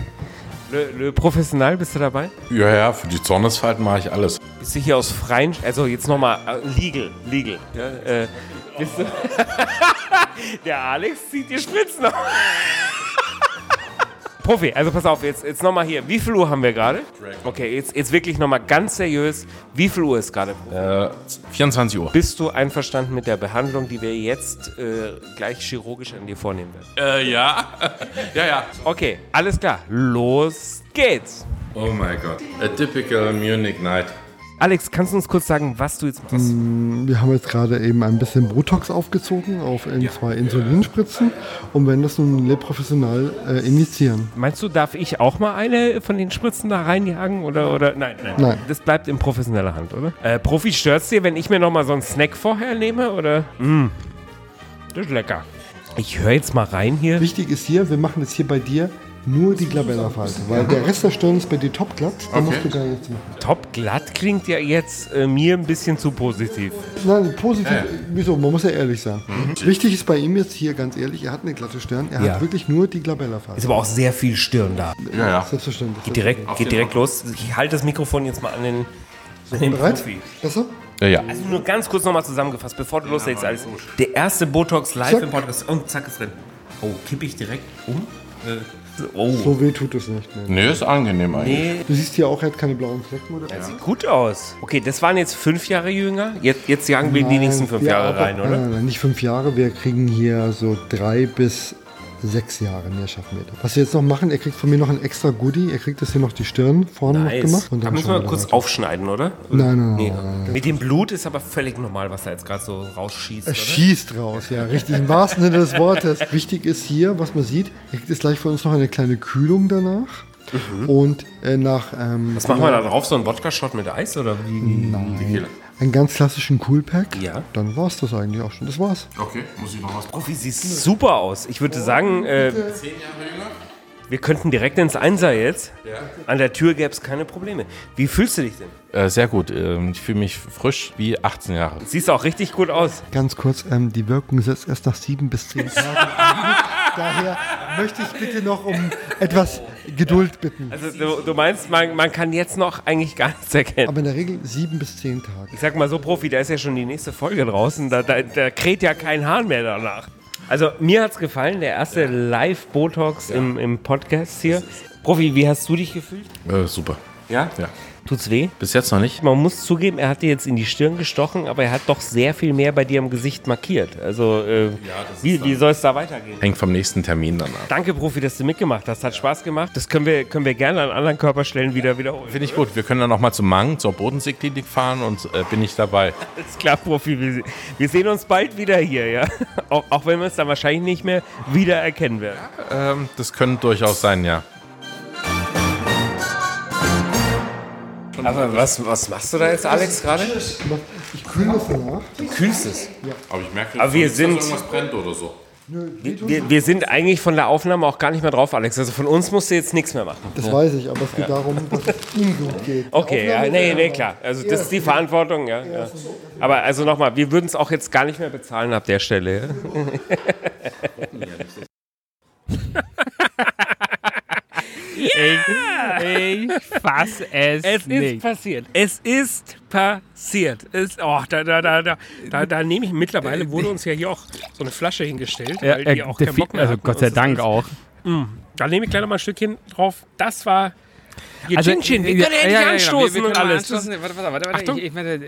Le, Le Professional, bist du dabei?
Ja, ja, für die Zornesfalten mache ich alles.
Bist du hier aus Freien? Also jetzt nochmal äh, legal, legal. Ja, äh, bist du Der Alex zieht die Spritzen auf. Profi, also pass auf, jetzt, jetzt nochmal hier. Wie viel Uhr haben wir gerade? Okay, jetzt, jetzt wirklich nochmal ganz seriös. Wie viel Uhr ist gerade?
Äh, 24 Uhr.
Bist du einverstanden mit der Behandlung, die wir jetzt äh, gleich chirurgisch an dir vornehmen werden?
Äh, ja. ja, ja.
Okay, alles klar. Los geht's.
Oh mein Gott. A typical Munich night.
Alex, kannst du uns kurz sagen, was du jetzt machst?
Wir haben jetzt gerade eben ein bisschen Botox aufgezogen auf in zwei Insulinspritzen und werden das nun Le Professional äh, injizieren.
Meinst du, darf ich auch mal eine von den Spritzen da reinjagen oder oder nein, nein.
Nein.
Das bleibt in professioneller Hand, oder? Äh, Profi, stört's dir, wenn ich mir noch mal so einen Snack vorher nehme oder? Mm. Das ist lecker. Ich höre jetzt mal rein hier.
Wichtig ist hier, wir machen jetzt hier bei dir nur die Glabella-Falte, weil der Rest der Stirn ist bei dir topglatt, da musst du gar nichts machen.
Top glatt klingt ja jetzt äh, mir ein bisschen zu positiv.
Nein, positiv, wieso, man muss ja Mhm. ehrlich sein. Wichtig ist bei ihm jetzt hier, ganz ehrlich, er hat eine glatte Stirn, er
Ja.
hat wirklich nur die Glabella-Falte.
Ist aber auch sehr viel Stirn da.
Ja, ja.
Selbstverständlich.
Geht direkt, geht direkt los. Ich halte das Mikrofon jetzt mal an den, an den
Bereit?
Profi.
Besser?
ja, ja.
Also nur ganz kurz nochmal zusammengefasst, bevor du loslegst, alles. Der erste Botox live
Zack.
im Podcast. Und zack ist drin. Oh, kippe ich direkt um? Äh, oh.
So weh tut es nicht. Ne?
Nee, ist angenehm eigentlich.
Du siehst hier auch, er hat keine blauen Flecken oder
Sieht gut aus. Okay, das waren jetzt fünf Jahre jünger. Jetzt, jetzt jagen wir die nächsten fünf
Wir
Jahre rein,
arbeiten-
oder?
Nein, nein, nicht fünf Jahre, wir kriegen hier so drei bis sechs Jahre mehr schaffen wir das. Was wir jetzt noch machen, er kriegt von mir noch ein extra Goodie, er kriegt das hier noch die Stirn vorne noch
Nice.
gemacht.
Da müssen wir
schauen
kurz
weiter.
aufschneiden, oder?
Nein, nein, nein.
Nee.
nein, nein.
Mit dem Blut ist aber völlig normal, was da jetzt gerade so rausschießt,
Es
oder?
schießt raus, ja, richtig, im wahrsten Sinne des Wortes. Wichtig ist hier, was man sieht, er kriegt jetzt gleich von uns noch eine kleine Kühlung danach.
Mhm.
Und äh, nach ähm,
Was machen wir da drauf? So einen Wodka-Shot mit Eis, oder wie?
Mhm. einem ganz klassischen Coolpack,
Ja.
dann war's das eigentlich auch schon. Das war's.
Okay, muss ich noch was
Profi, siehst Oh, super aus. Ich würde sagen, äh, wir könnten direkt ins Einser jetzt. An der Tür gäbe es keine Probleme. Wie fühlst du dich denn?
Äh, sehr gut. Ähm, ich fühle mich frisch wie 18 Jahre.
Siehst auch richtig gut aus.
Ganz kurz, ähm, die Wirkung setzt erst nach sieben bis zehn Tagen ein. Daher möchte ich bitte noch um etwas Geduld bitten.
Also du, du meinst, man, man kann jetzt noch eigentlich gar nichts erkennen.
Aber in der Regel sieben bis zehn Tage.
Ich sag mal so, Profi, da ist ja schon die nächste Folge draußen. Da, da, da kräht ja kein Hahn mehr danach. Also mir hat's gefallen, der erste Live-Botox im, im Podcast hier. Profi, wie hast du dich gefühlt?
Äh, super.
Ja?
Ja.
Tut's weh?
Bis jetzt noch nicht.
Man muss zugeben, er hat dir jetzt in die Stirn gestochen, aber er hat doch sehr viel mehr bei dir im Gesicht markiert. Also, äh, wie, wie soll es da weitergehen?
Hängt vom nächsten Termin dann ab.
Danke, Profi, dass du mitgemacht hast. Hat Spaß gemacht. Das können wir, können wir gerne an anderen Körperstellen wieder wiederholen.
Finde ich gut. Wir können dann nochmal zum Mang, zur Bodenseeklinik fahren und äh, bin ich dabei.
Alles klar, Profi. Wir, wir sehen uns bald wieder hier, ja? Auch, auch wenn wir uns dann wahrscheinlich nicht mehr wieder erkennen werden.
Ähm, das könnte durchaus sein, ja.
Aber was, was machst du da jetzt, Alex, gerade?
Ich kühle das danach.
Kühlst es.
Aber ich merke,
Aber wir sind-
irgendwas brennt oder so.
Wir, wir sind eigentlich von der Aufnahme auch gar nicht mehr drauf, Alex. Also von uns musst du jetzt nichts mehr machen.
Das weiß ich, aber es geht darum, dass es ihm gut geht.
Okay, ja,
Aufnahme-
nee, nee, klar. Also das ist die Verantwortung, ja. ja. Aber also nochmal, wir würden es auch jetzt gar nicht mehr bezahlen ab der Stelle. ja.
Ich fass es,
Es ist
nicht.
passiert. Es ist passiert. Es, oh, da, da, da, da, da, da nehme ich mittlerweile, wurde uns ja hier auch so eine Flasche hingestellt,
Ja,
weil
äh,
die auch
der
keinen
Fi-
Bock mehr
also
hatten,
Gott sei
uns das
Dank auch.
alles- Da nehme ich gleich nochmal ein Stückchen drauf. Das war ihr
Also,
Chin Chin.
äh,
Wir
ja,
können ja, genau.
ja,
genau.
nicht
ja, ja,
anstoßen
wir- wir
und
können
alles.
anstoßen. Warte, warte, warte, warte.
Achtung.
Ich, ich meine,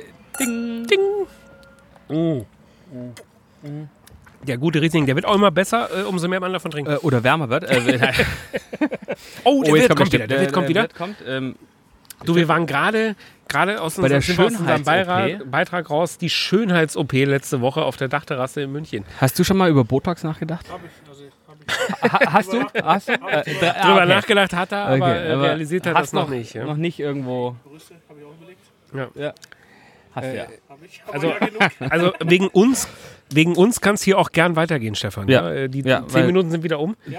Der gute Riesling, der wird auch immer besser, äh, umso mehr man davon trinkt.
äh, oder wärmer wird. Äh, wenn-
oh, der
Oh,
Wirt
jetzt
kommt,
kommt
wieder. Der Wirt kommt wieder.
Wirt kommt, ähm,
Du, wir waren gerade gerade aus unserem,
der
sind wir aus unserem
Schönheits-OP?
Beirat, Beitrag raus, die Schönheits-OP letzte Woche auf der Dachterrasse in München.
Hast du schon mal über Botox
Äh.
nachgedacht? Hab ich, also, ha, hast du? Hast du? Äh, drüber
Drüber nachgedacht hat er, aber,
Okay,
äh,
aber
realisiert hat
hast
das noch,
noch-
nicht. Ja.
Noch nicht irgendwo.
Ja.
Hast du ja.
Also, also wegen uns, wegen uns kann es hier auch gern weitergehen, Stefan.
Ja.
Äh, Die
Ja,
zehn
weil-
Minuten sind wieder um.
äh,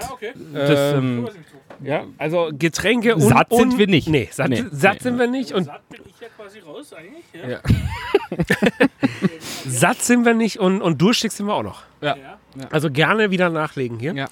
Das, ähm,
äh, Ja. Also Getränke und
Satt sind
und-
wir nicht.
Nee, satt,
Nee.
satt sind wir nicht und satt sind wir nicht und, und durstig sind wir auch noch.
Ja.
Also gerne wieder nachlegen hier.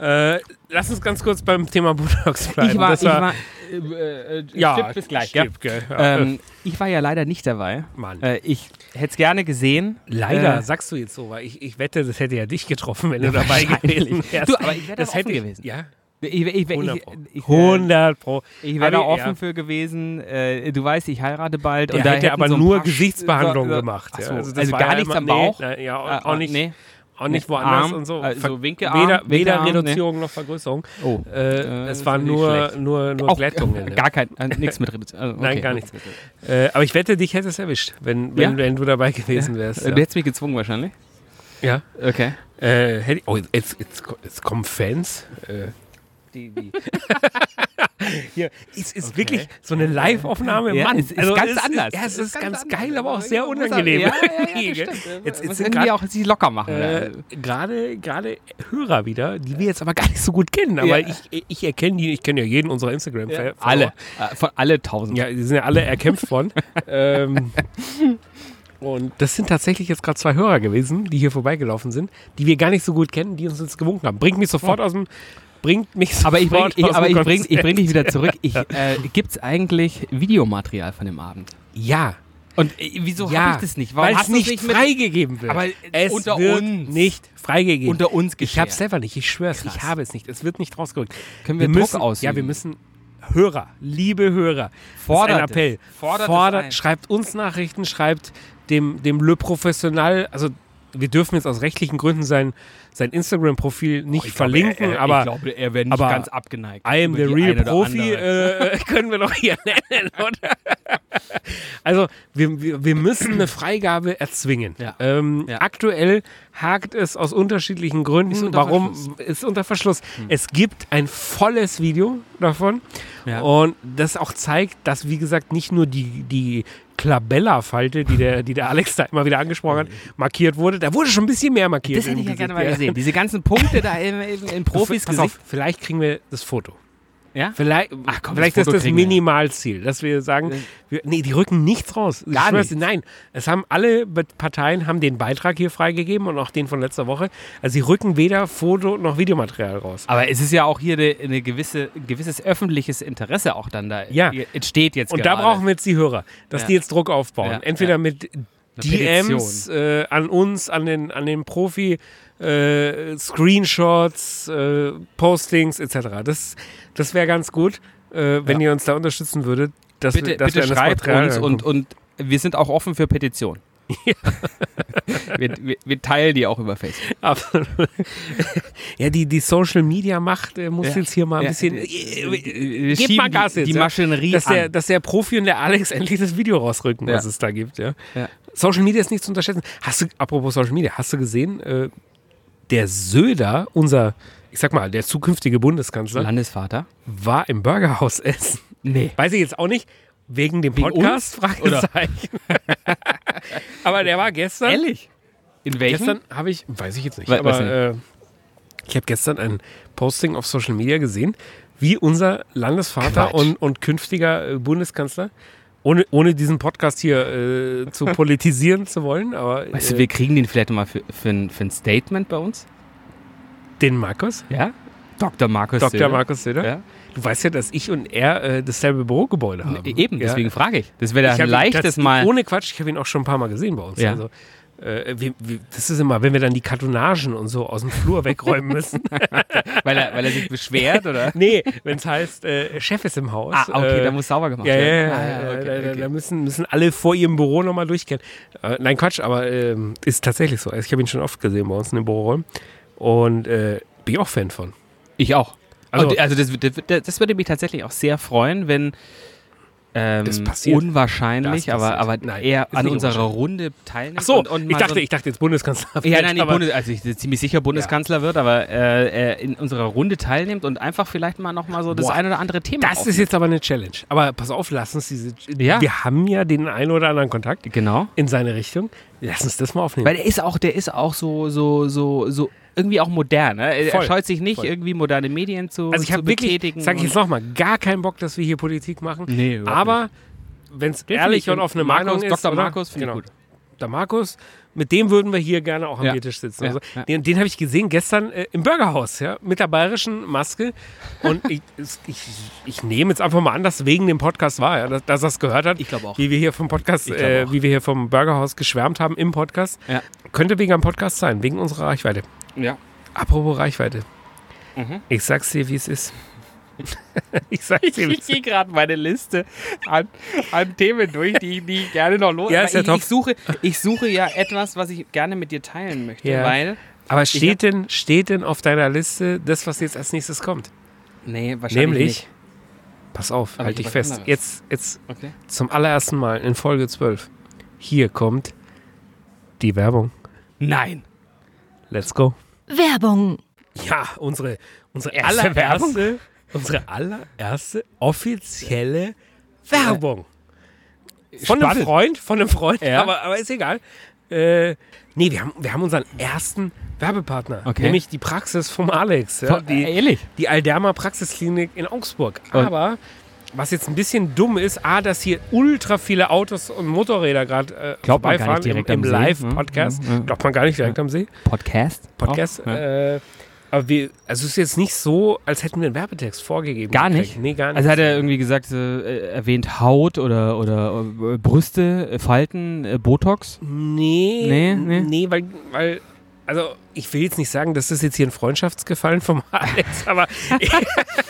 Äh, lass uns ganz kurz beim Thema Botox bleiben.
ich war,
Das
ich war, äh, äh,
ja,
stimmt, bis gleich, gell?
stimmt, gell? Ja.
Ähm, ich war ja leider nicht dabei.
Mann.
Äh, ich hätte es gerne gesehen.
Leider
Äh,
sagst du jetzt so, weil ich, ich wette, das hätte ja dich getroffen, wenn du dabei gewesen wärst.
Du, aber ich wäre da
Das
offen
hätte ich-
gewesen.
Ja,
ich ich, ich, ich,
100
ich,
Pro.
ich, äh,
100 Pro.
Ich wäre da
Aber-
offen
ja.
für gewesen. Äh, du weißt, ich heirate bald.
Der
und da
hätte
hätten
aber
so ein
nur
paar Sch-
Gesichtsbehandlungen
so- so-
gemacht.
Ach
ja.
so,
Also
also
das war
gar
ja
nichts
immer-
am Bauch.
Nee, na, ja,
Ah,
auch nicht.
Nee.
auch nicht woanders
Arm,
und so.
also
Ver-
Winkelarm,
weder, weder
Winkelarm, ne?
Reduzierung noch Vergrößerung.
Oh.
Äh, es
das
waren
finde ich
nur,
schlecht.
nur, nur
Auch,
Glättungen.
gar kein, äh, nichts mit Reduzierung. Also,
ne. Nein,
okay.
gar nichts. Äh, aber ich wette, dich hätte es erwischt, wenn, wenn,
Ja?
wenn du dabei gewesen wärst.
Äh, Du
Ja.
hättest mich gezwungen wahrscheinlich.
Ja.
Okay.
Äh, hätte ich, oh, jetzt, jetzt, jetzt kommen Fans. Äh, Hier, es ist wirklich so eine Live-Aufnahme.
Ja,
Mann,
Also es ist ganz anders.
Ja, es
Es
ist,
ist
ganz,
ganz
geil,
anders.
aber auch
Aber
sehr
ich muss sagen,
unangenehm.
ja, ja, ja,
jetzt,
das stimmt.
jetzt
Muss
sind
irgendwie
gerade
auch sich locker machen.
äh,
ja.
gerade- gerade Hörer wieder, die wir jetzt aber gar nicht so gut kennen. Aber
Ja.
ich, ich erkenne die, ich kenne ja jeden unserer instagram ja.
Alle. Äh, von alle tausend.
Ja, die sind ja alle erkämpft worden. ähm, und das sind tatsächlich jetzt gerade zwei Hörer gewesen, die hier vorbeigelaufen sind, die wir gar nicht so gut kennen, die uns jetzt gewunken haben. Bringt mich sofort aus dem. Bringt mich sofort
Aber ich bringe ich,
aus
aber
dem
ich bring, ich
Konzept.
bring dich wieder zurück. Ich, äh, Gibt es eigentlich Videomaterial von dem Abend?
Ja,
Und äh, wieso
ja.
habe ich das nicht? Warum
Weil es
hast du's
nicht,
nicht mit-
freigegeben wird.
Aber
es
unter
wird
uns.
nicht freigegeben.
unter uns
ich
geschehen?
habe es selber nicht, ich schwöre es, ich habe es nicht. Es wird nicht rausgerückt.
Können wir Druck
müssen, Ja,
ausüben?
wir müssen Hörer, liebe Hörer,
Fordert
das ist ein Appell.
es. Fordert es ein.
schreibt uns Nachrichten, schreibt dem, dem Le Professional, also wir dürfen jetzt aus rechtlichen Gründen sein, sein Instagram-Profil nicht verlinken,
er, er,
aber
Oh, Ich glaube, er wäre nicht
aber
ganz abgeneigt.
I am
über
the
die
real
eine oder
Profi
andere.
äh, können wir doch hier nennen, oder? Also wir, wir, wir müssen eine Freigabe erzwingen.
Ja.
Ähm,
Ja.
Aktuell hakt es aus unterschiedlichen Gründen.
Ist unter
Warum
Verschluss. Hm.
ist unter Verschluss? Es gibt ein volles Video davon
Ja.
und das auch zeigt, dass wie gesagt nicht nur die die Klabella-Falte, die der, die der Alex da immer wieder angesprochen hat, markiert wurde. Da wurde schon ein bisschen mehr markiert.
das hätte ich ja
im
gerne
Gesicht.
mal gesehen. Diese ganzen Punkte da in, in, in Profis
Pass auf,
Gesicht.
vielleicht kriegen wir das Foto.
Ja?
Vielleicht,
Ach komm,
vielleicht
das
ist
Foto
das
kriegen wir.
Minimalziel, dass wir sagen, wir, nee, die rücken nichts raus. Ich
Gar
schwör's dir,
nichts.
Nein, es haben alle Be- Parteien haben den Beitrag hier freigegeben und auch den von letzter Woche. Also sie rücken weder Foto noch Videomaterial raus.
Aber es ist ja auch hier eine, eine gewisse, ein gewisses öffentliches Interesse auch dann da
Ja.
hier entsteht jetzt
Und
gerade.
da brauchen wir jetzt die Hörer, dass
Ja.
die jetzt Druck aufbauen.
Ja,
Entweder
ja.
mit DMs
Petition.
äh, an uns, an den, an den Profi, äh, Screenshots, äh, Postings etc. Das, das wäre ganz gut, äh, wenn ihr uns da unterstützen würdet. Dass wir,
bitte,
dass
bitte
wir an das
schreibt
Material
uns
rankommen.
und, und wir sind auch offen für Petitionen. wir, wir, wir teilen die auch über Facebook.
Absolut. ja, die, die Social Media Macht äh, muss
Ja.
jetzt hier mal ein
Ja,
bisschen.
die-
Äh,
wir
Gebt mal
schieben
Gas
die,
jetzt.
die
ja.
Maschinerie
dass der,
an.
dass der Profi und der Alex endlich das Video rausrücken, was
Ja.
es da gibt. Ja.
Ja.
Social Media ist nicht zu unterschätzen. Hast du, apropos Social Media, hast du gesehen, äh, der Söder, unser, ich sag mal, der zukünftige Bundeskanzler,
Landesvater?
war im Burgerhaus essen.
Nee.
Weiß ich jetzt auch nicht. Wegen dem
Wegen
Podcast?
Oder?
Fragezeichen. Aber der war gestern.
Ehrlich? In welchem?
Gestern habe ich, weiß ich jetzt nicht,
We-
aber
weiß nicht.
Äh, ich habe gestern ein Posting auf Social Media gesehen, wie unser Landesvater
Quatsch.
und, und künftiger äh, Bundeskanzler, ohne, ohne diesen Podcast hier äh, zu politisieren zu wollen, aber
Weißt du,
äh,
wir kriegen den vielleicht mal für, für, ein, für ein Statement bei uns.
den Markus,
Ja? Dr. Markus
Dr.
Söder.
Markus Söder,
Ja.
du weißt ja, dass ich und er äh, dasselbe Bürogebäude haben.
E- Eben,
ja.
deswegen frage ich. Das wäre
Ich
ja
hab ihn
leichtes
tats-
Mal.
Ohne Quatsch, ich habe ihn auch schon ein paar Mal gesehen bei uns.
Ja.
Also, äh, wir, wir, das ist immer, wenn wir dann die Kartonagen und so aus dem Flur wegräumen müssen.
Weil er, weil er sich beschwert, oder?
nee, wenn es heißt, äh, Chef ist im Haus.
Ah, okay,
äh,
da muss sauber gemacht
ja, ja,
werden.
ja,
Ah, ja,
ja,
okay,
da, da,
okay.
da müssen, müssen alle vor ihrem Büro nochmal durchkehren. Äh, nein, Quatsch, aber ähm, ist tatsächlich so. Also Ich habe ihn schon oft gesehen bei uns in den Büroräumen und äh, bin ich auch Fan von.
Ich auch.
Also-
Also, also das, das, das würde mich tatsächlich auch sehr freuen, wenn ähm,
Das passiert.
unwahrscheinlich,
Das
aber,
passiert.
aber
Nein,
er
ist
an
nicht
unserer
unwahrscheinlich.
Runde teilnimmt.
Ach so,
und, und
ich
mal
dachte,
so-
ich dachte jetzt Bundeskanzler.
ja, nein, nicht
aber,
Bundes, also ich bin ziemlich sicher Bundeskanzler wird, aber äh, er in unserer Runde teilnimmt und einfach vielleicht mal nochmal so das
Boah,
ein oder andere Thema
Das ist
aufnimmt.
jetzt aber eine Challenge. Aber pass auf, lass uns diese.
Ja.
Wir haben ja den einen oder anderen Kontakt
Genau.
in seine Richtung. Lass uns das mal aufnehmen.
Weil der ist auch, der ist auch so, so, so, so irgendwie auch modern. Ne? Er
Voll.
scheut sich nicht,
Voll.
irgendwie moderne Medien zu,
Also ich
zu
habe wirklich,
betätigen.
sage ich
und-
jetzt nochmal, gar keinen Bock, dass wir hier Politik machen.
Nee, überhaupt
aber wenn es ehrlich
ich-
und offene
Markus,
Meinung ist.
Dr.
oder?
Markus finde ich gut.
Dr. Markus, mit dem würden wir hier gerne auch am
Ja.
Biertisch sitzen.
Ja,
Also,
ja.
Den, den habe ich gesehen gestern äh, im Burgerhaus, ja, mit der bayerischen Maske. Und ich, es- ich, ich nehme jetzt einfach mal an, dass wegen dem Podcast war, ja, dass, dass er es gehört hat.
Ich glaube auch.
Wie wir hier vom Podcast,
Ich glaube
äh,
auch.
wie wir hier vom Burgerhaus geschwärmt haben im Podcast.
Ja.
Könnte wegen am Podcast sein, wegen unserer Reichweite.
Ja.
Apropos Reichweite.
Mhm.
Ich sag's dir, wie es ist. ich sag's dir, wie
Ich
es ist.
gehe gerade meine Liste an, an Themen durch, die, die ich gerne noch los.
Ja,
Aber
ist ja
ich,
top.
ich, suche, ich suche ja etwas, was ich gerne mit dir teilen möchte,
Ja.
weil
Aber steht denn, steht denn auf deiner Liste das, was jetzt als nächstes kommt?
Nee, wahrscheinlich
Nämlich,
nicht.
pass auf,
Aber
halt
ich
dich
hab was
fest.
anderes.
Jetzt, jetzt
Okay.
zum allerersten Mal in Folge 12. Hier kommt die Werbung.
Nein.
Let's go.
Werbung.
Ja, unsere, unsere
Erste
allererste,
Werbung?
unsere allererste offizielle Werbung. Von einem
Spannend.
Freund, von einem Freund,
Ja.
aber, aber ist egal. Äh, nee, wir haben, wir haben unseren ersten Werbepartner,
Okay.
nämlich die Praxis vom Alex, ja, die,
ehrlich?
die Alderma Praxisklinik in Augsburg.
Und-
Aber was jetzt ein bisschen dumm ist, A, dass hier ultra viele Autos und Motorräder gerade äh,
Glaubt man gar nicht
vorbeifahren
direkt
im,
am
im
See,
Live-Podcast.
ne? Ja, ja.
Glaubt man gar nicht direkt am See.
Podcast?
Podcast.
Auch? Ja.
Äh, aber wir, also es ist jetzt nicht so, als hätten wir einen Werbetext vorgegeben.
Gar
gekriegt.
nicht?
Nee, gar nicht.
Also hat er irgendwie gesagt, äh, erwähnt Haut oder, oder äh, Brüste, äh, Falten, äh, Botox?
Mhm. nee,
Nee,
nee,
nee.
nee. weil, weil, also ich will jetzt nicht sagen, das ist jetzt hier ein Freundschaftsgefallen vom Alex, aber ich,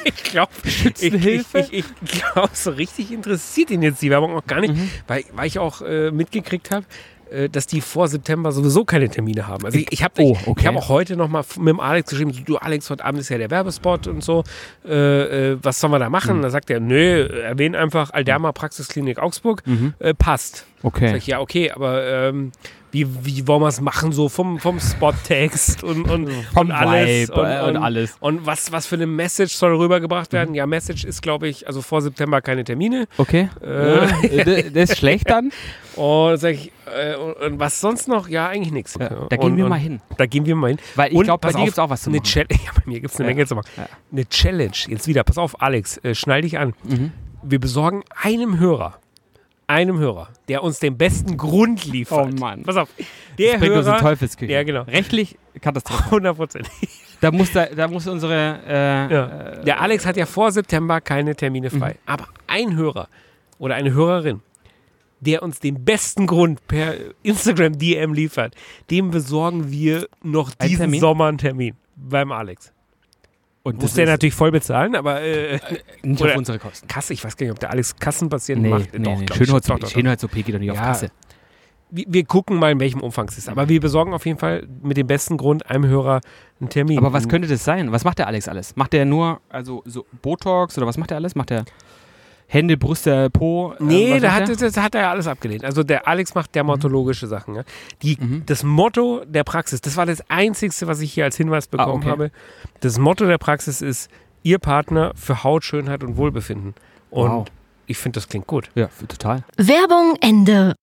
ich glaube, ich, ich,
Schützenhilfe?
ich, ich glaube, so richtig interessiert ihn jetzt die Werbung auch gar nicht,
Mhm.
weil, weil ich auch äh, mitgekriegt habe, äh, dass die vor September sowieso keine Termine haben. Also ich, ich habe
Oh,
ich,
okay.
ich hab auch heute nochmal mit dem Alex geschrieben, so, du Alex, heute Abend ist ja der Werbespot und so, äh, äh, was sollen wir da
Mhm.
machen? Da sagt er, nö, erwähnen einfach Alderma Praxisklinik Augsburg,
Mhm.
äh, passt. Sag
Okay.
ich, ja, okay, aber ähm, wie, wie wollen wir es machen, so vom, vom Spot-Text und, und,
Vom
und alles.
Vibe, äh, und Mhm. alles.
Und was, was für eine Message soll rübergebracht werden? Ja, Message ist, glaube ich, also vor September keine Termine.
Okay. Äh, d- das ist schlecht dann?
Und sag ich, äh, und, und was sonst noch? Ja, eigentlich nichts.
Ja, da gehen
und,
wir
und
mal hin.
Da gehen wir mal hin.
Weil ich
Und
glaub, bei
pass
dir
auf,
gibt's auch was zu
eine
machen.
Challenge, ja, bei mir gibt es eine Menge zu machen. Eine Challenge, jetzt wieder, pass auf, Alex, äh, schnall dich an.
Mhm.
Wir besorgen einem Hörer, einem Hörer, der uns den besten Grund liefert.
Oh Mann.
Pass auf, der
Bringt uns in
Hörer,
Teufelsküche.
Ja, genau.
Rechtlich Katastrophe.
100%.
Da muss, da, da muss unsere. Äh,
Ja. Der Alex hat ja vor September keine Termine
Mhm.
frei. Aber ein Hörer oder eine Hörerin, der uns den besten Grund per Instagram DM liefert, dem besorgen wir noch
Ein
diesen
Termin?
Sommer einen Termin beim Alex.
Und
Muss
das
der
ist
natürlich voll bezahlen, aber äh,
nicht auf
oder-
unsere Kosten.
Kasse, ich weiß gar nicht, ob der Alex Kassenpatienten
Nee,
macht.
nee, nee.
glaub ich.
Schönheits-
Doch, doch, doch.
Schönheits-OP geht doch nicht auf
Ja.
Kasse.
Wir, wir gucken mal, in welchem Umfang es ist. Aber wir besorgen auf jeden Fall mit dem besten Grund einem Hörer einen Termin.
Aber was könnte das sein? Was macht der Alex alles? Macht der nur also so Botox oder was macht er alles? Macht er Hände, Brüste, Po? äh,
Nee,
was
da
macht Mhm.
hat,
er?
das hat er ja alles abgelehnt. Also der Alex macht dermatologische Sachen. Ja? Die,
Mhm.
Das Motto der Praxis, das war das Einzige, was ich hier als Hinweis bekommen
Ah, okay.
habe. Das Motto der Praxis ist, ihr Partner für Haut, Schönheit und Wohlbefinden. Und
Wow.
ich finde, das klingt gut.
Ja, f- total.
Werbung Ende.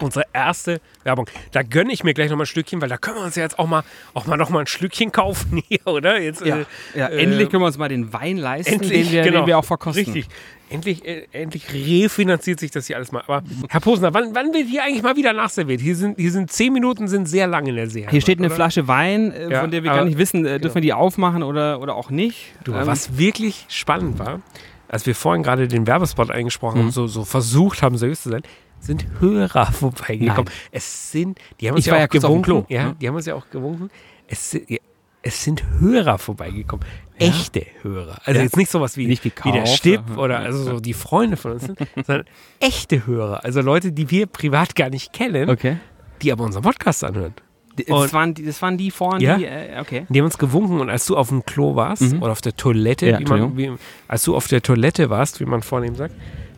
Unsere erste Werbung. Da gönne ich mir gleich nochmal ein Stückchen, weil da können wir uns ja jetzt auch mal, auch mal nochmal ein Schlückchen kaufen hier, oder? Jetzt,
Ja,
äh,
ja
äh,
endlich können wir uns mal den Wein leisten, den, wir,
genau.
den wir auch verkosten.
Richtig. Endlich, äh, endlich refinanziert sich das hier alles mal. Aber Herr Posner, wann, wann wird hier eigentlich mal wieder nachserviert? Hier sind, hier sind zehn Minuten sind sehr lang in der Serie.
Hier steht eine
oder?
Flasche Wein, äh,
Ja,
von der wir
aber-
gar
genau.
nicht wissen, äh, dürfen wir die aufmachen oder, oder auch nicht.
Du,
Ähm,
was wirklich spannend war, als wir vorhin gerade den Werbespot eingesprochen
Mhm.
haben, so, so versucht haben, seriös zu sein, sind Hörer vorbeigekommen. Es sind, die haben uns
Ich
ja
war
auch
ja kurz auf dem
gewunken.
Klo,
Ja,
ne?
die haben uns ja auch gewunken. Es sind, ja, es sind Hörer vorbeigekommen. Echte Hörer. Also jetzt nicht sowas wie,
Nicht
wie der
gekauft,
Stipp
ja.
oder also so die Freunde von uns sind, sondern echte Hörer. Also Leute, die wir privat gar nicht kennen,
Okay.
die aber unseren Podcast anhören.
D- Das
Und-
waren, die, das waren die vorne,
Ja?
die, äh, okay.
Die haben uns gewunken und als du auf dem Klo warst oder auf der Toilette,
Mhm. Ja,
wie man, wie, als du auf der Toilette warst, wie man vornehm sagt,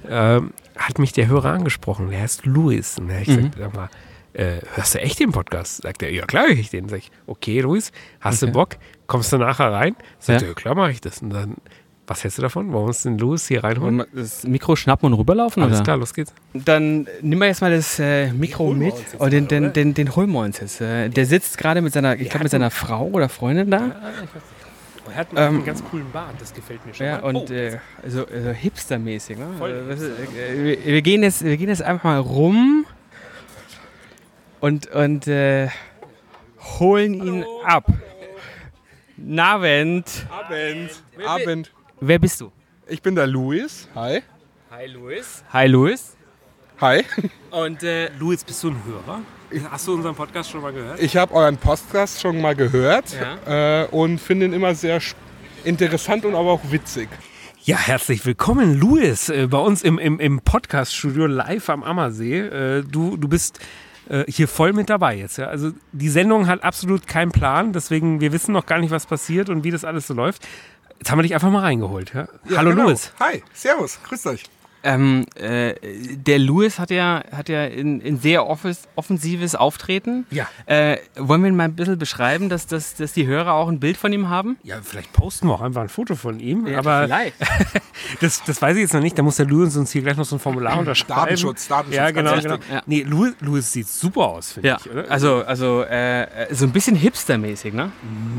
ähm, hat mich der Hörer angesprochen. Der heißt Luis. Und da hab ich
Mhm.
gesagt, sag mal, äh, hörst du echt den Podcast? Sagt er, ja klar höre ich den. Sag ich, okay Luis, hast du Bock? Kommst du nachher rein? Sagt
Ja.
er, ja klar mache ich das. Und dann, was hältst du davon? Wollen wir uns den Luis hier reinholen?
Wollen wir Das Mikro schnappen und rüberlaufen?
Alles
oder?
klar, los geht's.
Dann nimm mal jetzt mal das äh, Mikro mit. Oh, den, den, den, den holen wir uns jetzt. Äh, der sitzt gerade mit seiner, ich glaube, mit seiner Frau oder Freundin da.
Er hat
einen
ganz coolen Bart, das gefällt mir schon.
Ähm,
Oh,
Ja, und äh, so, so hipstermäßig. Ne? Also, das ist, äh, wir, wir, gehen jetzt, wir gehen jetzt einfach mal rum und, und äh, holen ihn ab. Navend.
Abend. Abend.
Wer bist du?
Ich bin der Luis. Hi.
Hi Luis.
Hi, Louis.
Hi.
Und äh,
Luis, bist du ein Hörer? Hast du unseren Podcast schon mal gehört?
Ich habe euren Podcast schon mal gehört äh, und finde ihn immer sehr sp- interessant und aber auch witzig.
Ja, herzlich willkommen, Louis, äh, bei uns im, im, im Podcast-Studio live am Ammersee. Äh, du, du bist äh, äh, hier voll mit dabei jetzt. Ja? Also die Sendung hat absolut keinen Plan, deswegen wir wissen noch gar nicht, was passiert und wie das alles so läuft. Jetzt haben wir dich einfach mal reingeholt. Ja? Hallo
genau.
Louis.
Hi, servus, grüßt euch.
Ähm, äh, der Lewis hat ja, hat ja ein, ein sehr offes, offensives Auftreten.
Ja.
Äh, wollen wir ihn mal ein bisschen beschreiben, dass, dass, dass die Hörer auch ein Bild von ihm haben?
Ja, vielleicht posten wir auch einfach ein Foto von ihm. aber
vielleicht.
das, das weiß ich jetzt noch nicht. Da muss der Louis uns hier gleich noch so ein Formular unterschreiben.
Datenschutz, Datenschutz,
Ja,
ganz
genau.
wichtig.
genau.
Ja.
Nee, Louis, Louis sieht super aus, finde
Ja,
ich, oder?
also, also äh, so ein bisschen hipstermäßig, ne?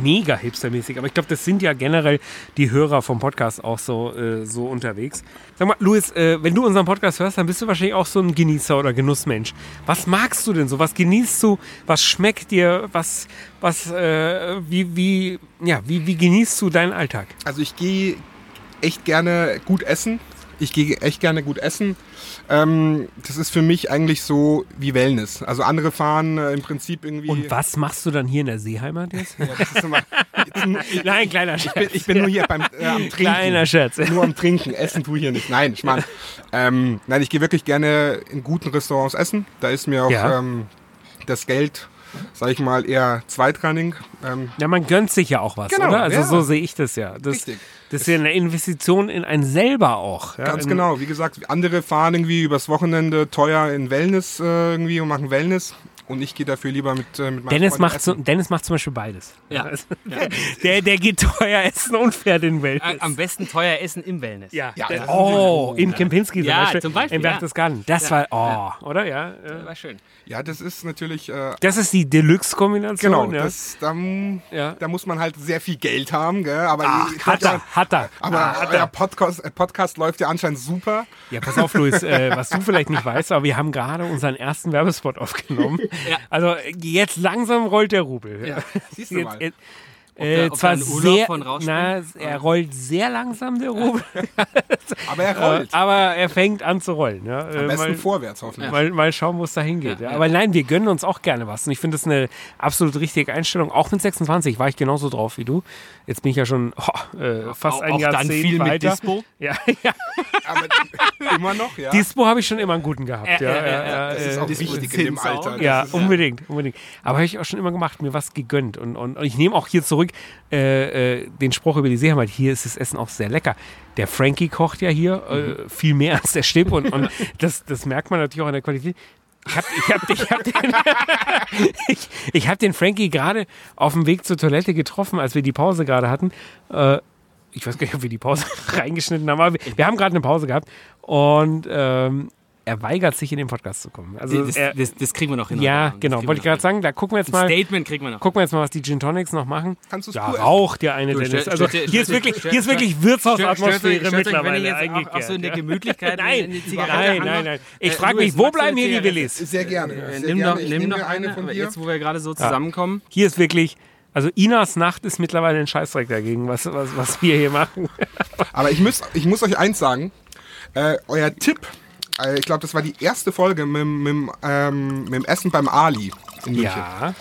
mega hipstermäßig. Aber ich glaube, das sind ja generell die Hörer vom Podcast auch so, äh, so unterwegs. Sag mal, Luis, äh, wenn du unseren Podcast hörst, dann bist du wahrscheinlich auch so ein Genießer oder Genussmensch. Was magst du denn so? Was genießt du? Was schmeckt dir? Was, was, äh, wie, wie, ja, wie, wie genießt du deinen Alltag?
Also ich gehe echt gerne gut essen. Ich gehe echt gerne gut essen. Ähm, das ist für mich eigentlich so wie Wellness. Also andere fahren äh, im Prinzip irgendwie.
Und was machst du dann hier in der Seeheimat jetzt?
Ja, das ist immer, jetzt, nur- ich,
Nein, kleiner Scherz.
bin, ich bin nur hier beim äh, am Trinken.
Kleiner Scherz.
Nur am Trinken. Essen tue ich hier nicht. Nein, ich meine, ähm, nein, ich gehe wirklich gerne in guten Restaurants essen. Da ist mir auch
Ja.
ähm, das Geld, sag ich mal, eher zweitrangig. Ähm,
Ja, man gönnt sich ja auch was,
Genau,
oder? Also
ja.
so sehe ich das ja. Das,
Richtig.
das ist ja eine Investition in einen selber auch. Ja?
Ganz
in,
genau. Wie gesagt, andere fahren irgendwie übers Wochenende teuer in Wellness äh, irgendwie und machen Wellness. Und ich gehe dafür lieber mit, äh, mit meinen
Dennis
Freunden
macht, so,
essen.
Dennis macht zum Beispiel beides.
Ja.
Der, der geht teuer essen und fährt in Welt.
Ä- Äh, Am besten teuer essen im Wellness.
Ja, das ist
Oh, in Kempinski zum
Ja,
Beispiel.
zum Beispiel,
In
ja.
Berchtesgaden. Das war, oh, oder? Ja. äh.
War schön.
ja, das ist natürlich. Äh,
Das ist die Deluxe-Kombination.
genau,
ja.
das, da,
ne? Ja.
da muss man halt sehr viel Geld haben. Gell? Aber, ich-
hat er, Ah, hat er.
aber euer Podcast, äh, Podcast läuft ja anscheinend super.
Ja, pass auf, Luis, äh, was du vielleicht nicht weißt, aber wir haben gerade unseren ersten Werbespot aufgenommen. Also jetzt langsam rollt der Rubel.
Ja, siehst du mal.
Jetzt, äh, äh,
da- ob
zwar
da ein Urlaub
sehr,
von
na,
rausspringt?
er rollt sehr langsam, der Rubel,
Aber er rollt.
aber er fängt an zu rollen. Ja. Äh,
Am besten
mal-
vorwärts hoffentlich.
mal, mal schauen, wo es da hingeht. Ja, Aber nein, wir gönnen uns auch gerne was. Und ich finde das eine absolut richtige Einstellung. Auch mit 26 war ich genauso drauf wie du. Jetzt bin ich ja schon oh, äh, fast
Auch-
ein
auch
Jahr
dann viel mit
weiter.
Dispo?
Ja, ja.
Aber immer noch, ja.
Dispo habe ich schon immer einen guten gehabt. Ja, ja, ja,
das ist
äh,
auch wichtig in dem
Zinsau.
Alter. Das
ja,
ist,
unbedingt, unbedingt. Aber habe ich auch schon immer gemacht, mir was gegönnt. Und, und, und ich nehme auch hier zurück äh, äh, den Spruch über die Seeheimat. Hier ist das Essen auch sehr lecker. Der Frankie kocht ja hier äh, viel mehr als der Stipp. Und, und das, das merkt man natürlich auch an der Qualität. Ich habe ich hab, ich hab den, ich, ich hab den Frankie gerade auf dem Weg zur Toilette getroffen, als wir die Pause gerade hatten. Äh, ich weiß gar nicht, ob wir die Pause reingeschnitten haben, aber wir, wir haben gerade eine Pause gehabt. Und ähm, er weigert sich, in den Podcast zu kommen. Also
Das,
er,
das, das kriegen wir noch hin.
ja,
Das
genau.
kriegen
Wollte ich
wir noch
gerade sagen, da gucken wir jetzt
hin.
mal,
Statement kriegen wir noch.
gucken wir jetzt mal, was die Gin Tonics noch machen.
Kannst du's
ja,
cool essen?
raucht ja eine,
stell-
Dennis. Also
stell-
hier ist
stell-
wirklich,
stell-
hier ist wirklich Wirtshausatmosphäre mittlerweile
wenn ihr jetzt auch, auch so in der
eingekehrt.
Gemütlichkeit
Nein,
eine Zigarette
nein,
anmacht.
nein, nein. Ich
Äh,
frage
Louis,
mich, wo
magst du
bleiben
eine
hier die
Zigarette?
Willis?
Sehr gerne. Sehr
Äh, Nimm
gerne.
doch,
Ich
nimm
nehme
doch eine,
von dir.
jetzt wo wir gerade so zusammenkommen.
Hier ist wirklich, also Inas Nacht ist mittlerweile ein Scheißdreck dagegen, was, was, was wir hier machen.
Aber ich muss, ich muss euch eins sagen. Äh, euer Tipp, äh, ich glaube, das war die erste Folge mit, dem- mit, dem, ähm, mit dem Essen beim Ali in München.
Ja,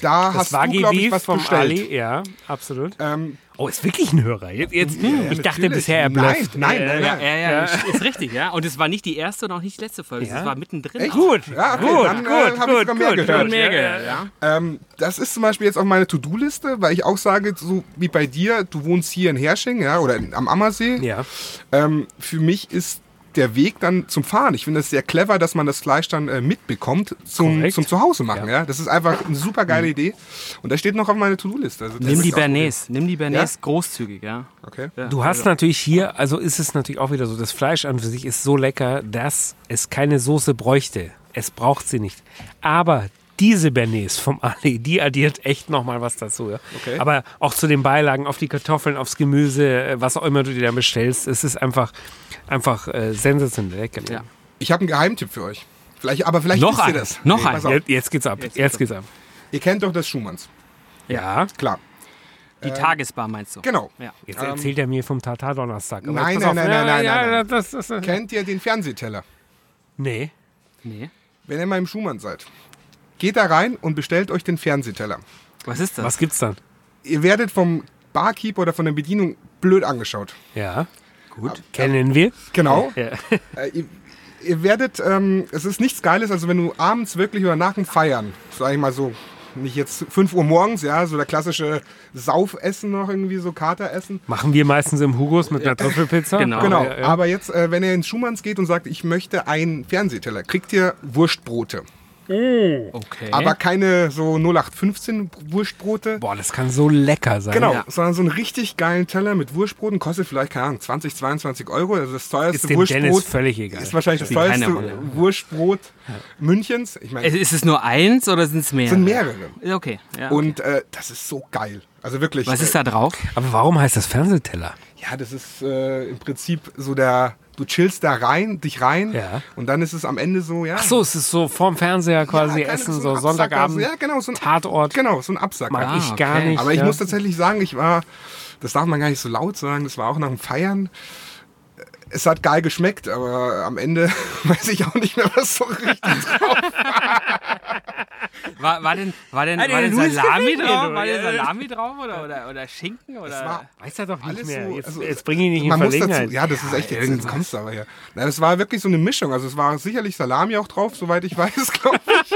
Da
das
hast
war
du, glaube ich,
GW
was
vom
bestellt.
Ali, ja, absolut.
Ähm,
Oh, ist wirklich ein Hörer. Jetzt, jetzt, ich dachte
natürlich.
bisher, er
Nein,
blufft.
nein, nein,
Ja,
nein.
ja, ja, ist richtig, ja. Und es war nicht die erste und auch nicht die letzte Folge. Es war mittendrin.
Echt?
Gut,
Ja, okay,
gut,
dann, äh,
gut,
hab ich
gut,
sogar mehr
gut,
gehört.
gut.
Mega,
Ja, ja,
ja.
Ähm, das ist zum Beispiel jetzt auch meine To-Do-Liste, weil ich auch sage, so wie bei dir, du wohnst hier in Hersching ja, oder in, am Ammersee.
Ja.
Ähm, für mich ist der Weg dann zum Fahren. Ich finde es sehr clever, dass man das Fleisch dann äh, mitbekommt zum,
Korrekt.
zum Zuhause machen. Ja. Das ist einfach eine super geile Idee. Und das steht noch auf meiner To-Do-Liste. Also das
Nimm
ist
die
auch-
Bernays, nimm die Bernays großzügig, ja.
Okay.
ja.
Du hast natürlich hier, also ist es natürlich auch wieder so, das Fleisch an für sich ist so lecker, dass es keine Soße bräuchte. Es braucht sie nicht. Aber diese Bernays vom Ali, die addiert echt nochmal was dazu. Ja?
Okay.
Aber auch zu den Beilagen, auf die Kartoffeln, aufs Gemüse, äh, was auch immer du dir da bestellst, es ist einfach, einfach äh, sensationell lecker.
Ja.
Ich habe einen Geheimtipp für euch. Vielleicht, aber vielleicht
Noch
wisst ihr
einen,
das.
noch
pass
einen.
auf.
Jetzt, jetzt geht's ab. Jetzt, geht's ab.
Ihr kennt doch das Schumanns.
Ja.
Klar.
Die Tagesbar meinst du?
Genau.
Ja.
Jetzt erzählt er mir vom Tatar-Donnerstag. aber
Nein,
pass
nein, nein,
ja,
nein, nein,
ja,
nein, nein.
Das, das, das,
Kennt ihr den Fernsehteller?
nee.
Nee.
Wenn ihr mal im Schumann seid, geht da rein und bestellt euch den Fernsehteller.
Was ist das?
Was gibt's dann?
Ihr werdet vom Barkeeper oder von der Bedienung blöd angeschaut.
Ja. Gut. Kennen wir.
Genau.
Ja.
Äh, ihr- ihr werdet, ähm, es ist nichts Geiles, also wenn du abends wirklich oder nach dem Feiern, sag ich mal so, nicht jetzt 5 Uhr morgens, ja, so der klassische Saufessen noch irgendwie, so Kateressen.
Machen wir meistens im Hugos mit einer Trüffelpizza.
Genau.
Genau,
Ah, ja, ja.
aber jetzt, äh, wenn ihr ins Schumanns geht und sagt, ich möchte einen Fernsehteller, kriegt ihr Wurstbrote.
Okay.
Aber keine so 0815 Wurstbrote.
Boah, das kann so lecker sein.
Genau,
Ja.
sondern so einen richtig geilen Teller mit Wurstbroten kostet vielleicht, keine Ahnung, 20, 22 Euro. Also das teuerste
Ist dem
Wurstbrot
Dennis völlig egal.
ist wahrscheinlich das,
Spielt keine Rolle.
teuerste Wurstbrot Münchens. Ich meine,
Es-
es
Ist es nur eins oder sind es mehr?
sind mehrere.
Okay. Ja, okay.
Und äh, das ist so geil. Also wirklich.
Was ist da drauf?
Aber warum heißt das Fernsehteller?
Ja, das ist äh, im Prinzip so der, du chillst da rein, dich rein
Ja.
und dann ist es am Ende so, ja.
Ach so, es ist so vorm Fernseher quasi
keine-
essen,
ein
so
Absacker,
Sonntagabend.
Ja, genau, so ein
Tatort.
Genau, so ein Absack.
Mag
Ah,
ich gar
okay.
nicht.
Aber ich
ja.
muss tatsächlich sagen, ich war, das darf man gar nicht so laut sagen, das war auch nach dem Feiern. Es hat geil geschmeckt, aber am Ende weiß ich auch nicht mehr, was so richtig drauf
War, war denn, war denn, war
Alter,
denn
du bist
Salami
gefickt,
drauf?
du.
War denn
Ja.
Salami drauf oder, oder, oder Schinken? Oder?
war.
Weiß er doch nicht
Alles
mehr.
so,
jetzt
also,
jetzt bringe ich ihn nicht in
Man muss dazu,
Verlegenheit.
ja, das ist echt, jetzt, jetzt kommst du aber her. Na, das war wirklich so eine Mischung. Also es war sicherlich Salami auch drauf, soweit ich weiß, glaube ich.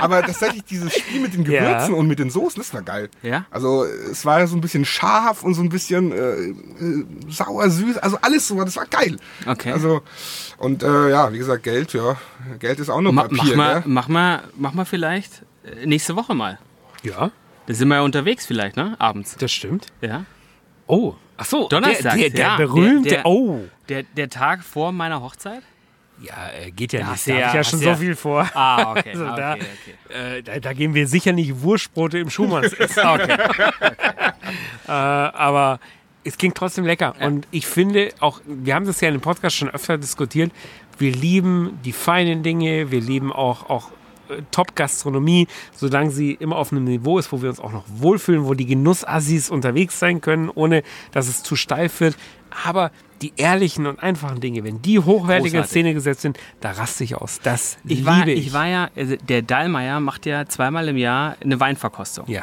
aber tatsächlich dieses Spiel mit den Gewürzen und mit den Soßen, das war geil.
Ja?
Also es war so ein bisschen scharf und so ein bisschen äh, äh, sauer, süß, also alles so, das war geil.
Okay.
Also, und äh, ja, wie gesagt, Geld, ja, Geld ist auch nur
Ma mach,
Papier.
mal,
ne?
mach, mal, mach mal vielleicht äh, nächste Woche mal.
ja,
Da sind wir ja unterwegs vielleicht, ne? Abends.
das stimmt.
Ja.
Oh, ach so,
Donnerstag,
Der, der, der
ja,
berühmte.
der- der-
oh.
Der, der Tag vor meiner Hochzeit?
Ja, äh, geht ja
Ja,
nicht.
hast du
Da
ja-
hab ich ja
hast
schon
du
so
ja-
viel vor.
Ah, okay.
Also
ah,
da-
okay, okay.
Äh, da, da gehen wir sicher nicht Wurstbrote im Schumanns essen. äh, aber es klingt trotzdem lecker. Und ich finde auch, wir haben das ja in dem Podcast schon öfter diskutiert, wir lieben die feinen Dinge, wir lieben auch, auch äh, Top-Gastronomie, solange sie immer auf einem Niveau ist, wo wir uns auch noch wohlfühlen, wo die Genussassis unterwegs sein können, ohne dass es zu steif wird. Aber die ehrlichen und einfachen Dinge, wenn die hochwertig in
Großartig.
Szene gesetzt sind, da raste ich aus. Das
Ich
liebe
war,
ich.
ich war ja, also der Dallmayr macht ja zweimal im Jahr eine Weinverkostung.
ja.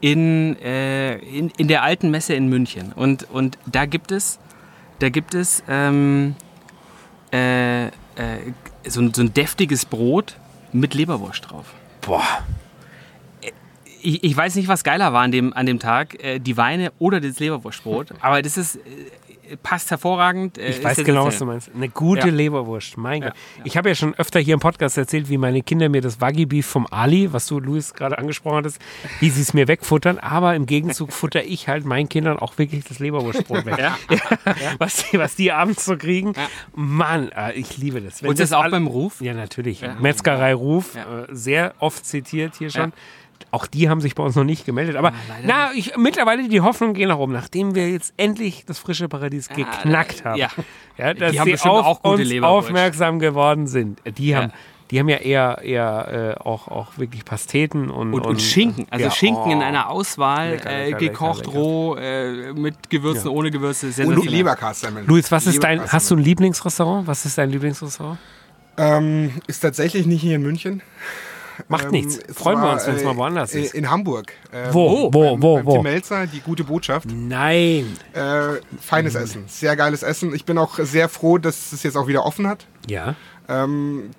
in, äh, in, in der alten Messe in München. Und, und da gibt es, da gibt es ähm, äh, äh, so, ein, so ein deftiges Brot mit Leberwurst drauf. Äh,
Boah.
Ich, ich weiß nicht, was geiler war an dem, an dem Tag, äh, die Weine oder das Leberwurstbrot. Aber das ist, äh, passt hervorragend. äh,
Ich
ist
weiß
sensationell.
genau, was du meinst. Eine gute
Ja.
Leberwurst. Mein Gott. Ich habe ja schon öfter hier im Podcast erzählt, wie meine Kinder mir das Wagyu-Beef vom Ali, was du, Luis, gerade angesprochen hattest, wie sie es mir wegfuttern. Aber im Gegenzug futter ich halt meinen Kindern auch wirklich das Leberwurstbrot weg.
Ja.
Was, die, was die abends so kriegen. Mann, äh, ich liebe das. Wenn
Und das auch
alle-
beim Ruf?
Ja, natürlich. Metzgerei Ruf,
Ja.
äh, sehr oft zitiert hier schon. Auch die haben sich bei uns noch nicht gemeldet. Aber na, ich, mittlerweile die Hoffnung geht nach oben, nachdem wir jetzt endlich das frische Paradies geknackt haben.
ja.
Ja, dass
Die haben
sie
bestimmt
auf
auch gute
uns
Leberwurst.
aufmerksam geworden sind. Die haben,
Ja.
die haben ja eher, eher äh, auch, auch wirklich Pasteten und,
Und, und Schinken, also
ja,
Schinken in
oh.
einer Auswahl,
Lecker,
äh,
lecker,
gekocht,
lecker, lecker.
roh, äh, mit Gewürzen, ohne Gewürze.
Und die
sensationell.
Leberkassemmel.
Luis, was ist dein,
Leberkassemmel.
hast du ein Lieblingsrestaurant? Was ist dein Lieblingsrestaurant?
Ähm, ist tatsächlich nicht hier in München.
Macht
Ähm,
nichts.
es
Freuen wir
war,
uns, wenn es
äh,
mal woanders
äh,
ist.
In Hamburg. Ähm,
Wo, wo,
beim,
wo,
beim
wo?
Tim Melzer, die gute Botschaft.
Nein.
Äh,
Mhm.
feines Essen, sehr geiles Essen. Ich bin auch sehr froh, dass es jetzt auch wieder offen hat.
Ja.
Ähm,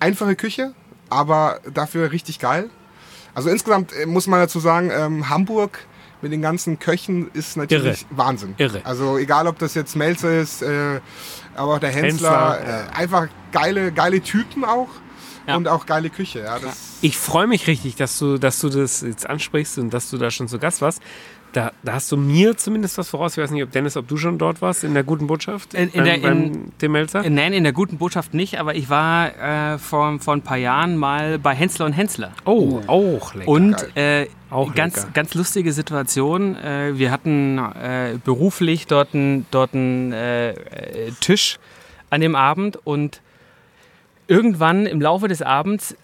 einfache Küche, aber dafür richtig geil. Also insgesamt äh, muss man dazu sagen, ähm, Hamburg mit den ganzen Köchen ist natürlich Wahnsinn.
Irre.
Also egal, ob das jetzt Melzer ist, äh, aber auch der Hensler,
Hensler.
äh, einfach geile, geile Typen auch und auch geile Küche. Ja, das
Ich freue mich richtig, dass du, dass du das jetzt ansprichst und dass du da schon zu Gast warst. Da, da hast du mir zumindest was voraus. Ich weiß nicht, ob Dennis, ob du schon dort warst, in der guten Botschaft.
In- in
beim,
der- in-
beim Tim Melzer.
Äh, Nein, in der guten Botschaft nicht, aber ich war äh, vor, vor ein paar Jahren mal bei Hensler und Hensler.
oh, auch lecker.
Und äh,
Auch
ganz,
lecker.
ganz lustige Situation. Äh, wir hatten äh, beruflich dort einen dort einen, äh, äh, Tisch an dem Abend und irgendwann im Laufe des Abends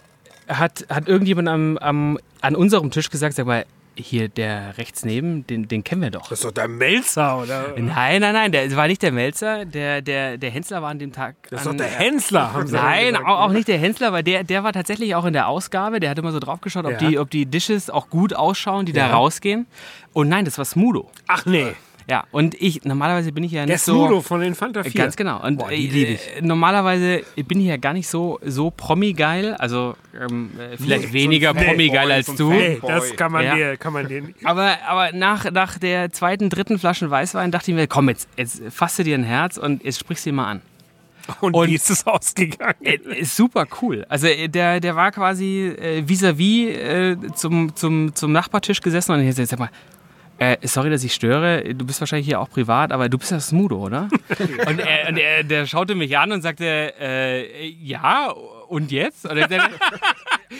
hat, hat irgendjemand am, am, an unserem Tisch gesagt, sag mal, hier der rechts neben, den, den kennen wir doch.
Das ist doch der Melzer, oder?
Nein, nein, nein, der es war nicht der Melzer, der, der, der Hensler war an dem Tag. Das
ist ne? doch der Hensler, haben sie
Nein,
gesagt.
auch, auch nicht der Hensler, weil der, der war tatsächlich auch in der Ausgabe. Der hat immer so drauf geschaut, ob,
Ja.
die, ob die Dishes auch gut ausschauen, die da rausgehen. Und nein, das war Smudo.
Ach nee.
Ja, und ich, normalerweise bin ich ja nicht
Der
so.
Snudo von den Fanta 4.
Ganz genau. Und
Boah, die lieb
äh,
ich.
äh, normalerweise bin ich ja gar nicht so, so promi-geil. Also ähm, äh, vielleicht weniger
Fanboy,
promi-geil
so
als
ein
du.
Fan-
Ey, das kann man,
Ja.
dir, kann man dir nicht.
Aber, aber nach, nach der zweiten, dritten Flaschen Weißwein dachte ich mir, komm, jetzt, jetzt fasse dir ein Herz und jetzt sprichst du ihn mal an.
Und, wie ist es ausgegangen?
Äh, Ist super cool. Also äh, der, der war quasi äh, vis-à-vis äh, zum, zum, zum Nachbartisch gesessen und ich jetzt sag mal, äh, sorry, dass ich störe, du bist wahrscheinlich hier auch privat, aber du bist ja Smudo, oder? und er, und er, der schaute mich an und sagte, äh, ja, und jetzt? Und ich, dachte-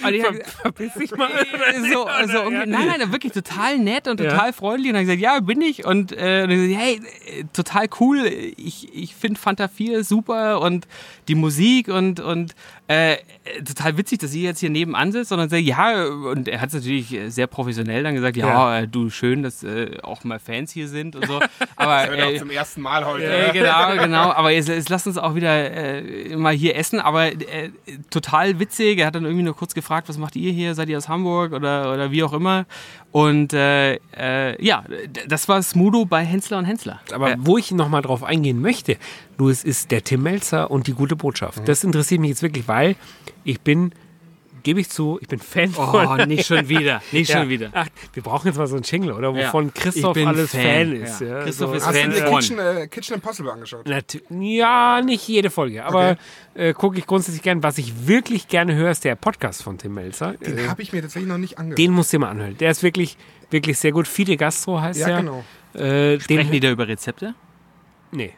und ich
Verpiss dich mal.
so, so irgendwie- nein, nein, wirklich total nett und total freundlich. Und dann gesagt, ja, bin ich. Und, äh, und dann gesagt, hey, äh, total cool. Ich, ich finde Fanta 4 super und die Musik und, und äh, äh, total witzig, dass ihr jetzt hier nebenan sitzt. Und dann sagt, ja, und er hat es natürlich äh, sehr professionell dann gesagt, ja, äh, du, schön, dass äh, auch mal Fans hier sind und so. Aber
Hört auch
äh,
zum ersten Mal heute.
äh, genau, genau. Aber jetzt, jetzt lasst uns auch wieder äh, mal hier essen. Aber äh, total witzig. Er hat dann irgendwie nur kurz gefragt, was macht ihr hier? Seid ihr aus Hamburg oder, oder wie auch immer? Und äh, äh, ja, d- das war Smudo bei Hensler und Hensler.
Aber
äh,
wo ich nochmal drauf eingehen möchte, du, es ist der Tim Melzer und die gute
Mhm.
Botschaft. Das interessiert mich jetzt wirklich, weil ich bin, gebe ich zu, ich bin Fan von.
oh, nicht schon wieder, nicht
Ja.
schon wieder.
Ach, wir brauchen jetzt mal so einen Jingle, oder?
Ja.
Wovon
Ich
Christoph
bin
alles Fan,
Fan.
ist.
Ja.
Ja. also
Christoph ist
Hast du
Fan
dir
von.
Kitchen, äh, Kitchen Impossible angeschaut?
Nat- Ja, nicht jede Folge, aber äh, gucke ich grundsätzlich gern. Was ich wirklich gerne höre, ist der Podcast von Tim Melzer.
Den
Äh,
habe ich mir tatsächlich noch nicht angehört.
den musst du dir mal anhören. Der ist wirklich, wirklich sehr gut. Fide Gastro heißt
ja,
er.
genau.
Äh, den,
Sprechen die da über Rezepte?
Nee.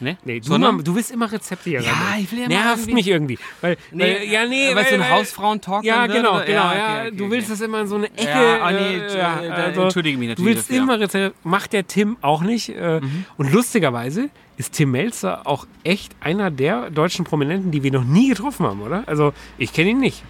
Ne?
Nee, du,
Sondern-
immer, du willst immer Rezepte hier
Ja,
rein.
ich will ja mal
Nervt
irgendwie-
mich irgendwie. Weil, weil, ja, nee,
weil so äh, ein
weil-
Hausfrauentalk
Ja,
dann wird,
genau,
oder?
genau. Ja,
okay, okay,
du willst
okay.
das immer in so eine Ecke.
Ja, ah, nee,
äh,
äh,
ja,
da
also,
entschuldige mich Mhm.
Du
natürlich
willst
dafür.
immer Rezepte, macht der Tim auch nicht. Äh, Und lustigerweise ist Tim Melzer auch echt einer der deutschen Prominenten, die wir noch nie getroffen haben, oder? Also, ich kenne ihn nicht.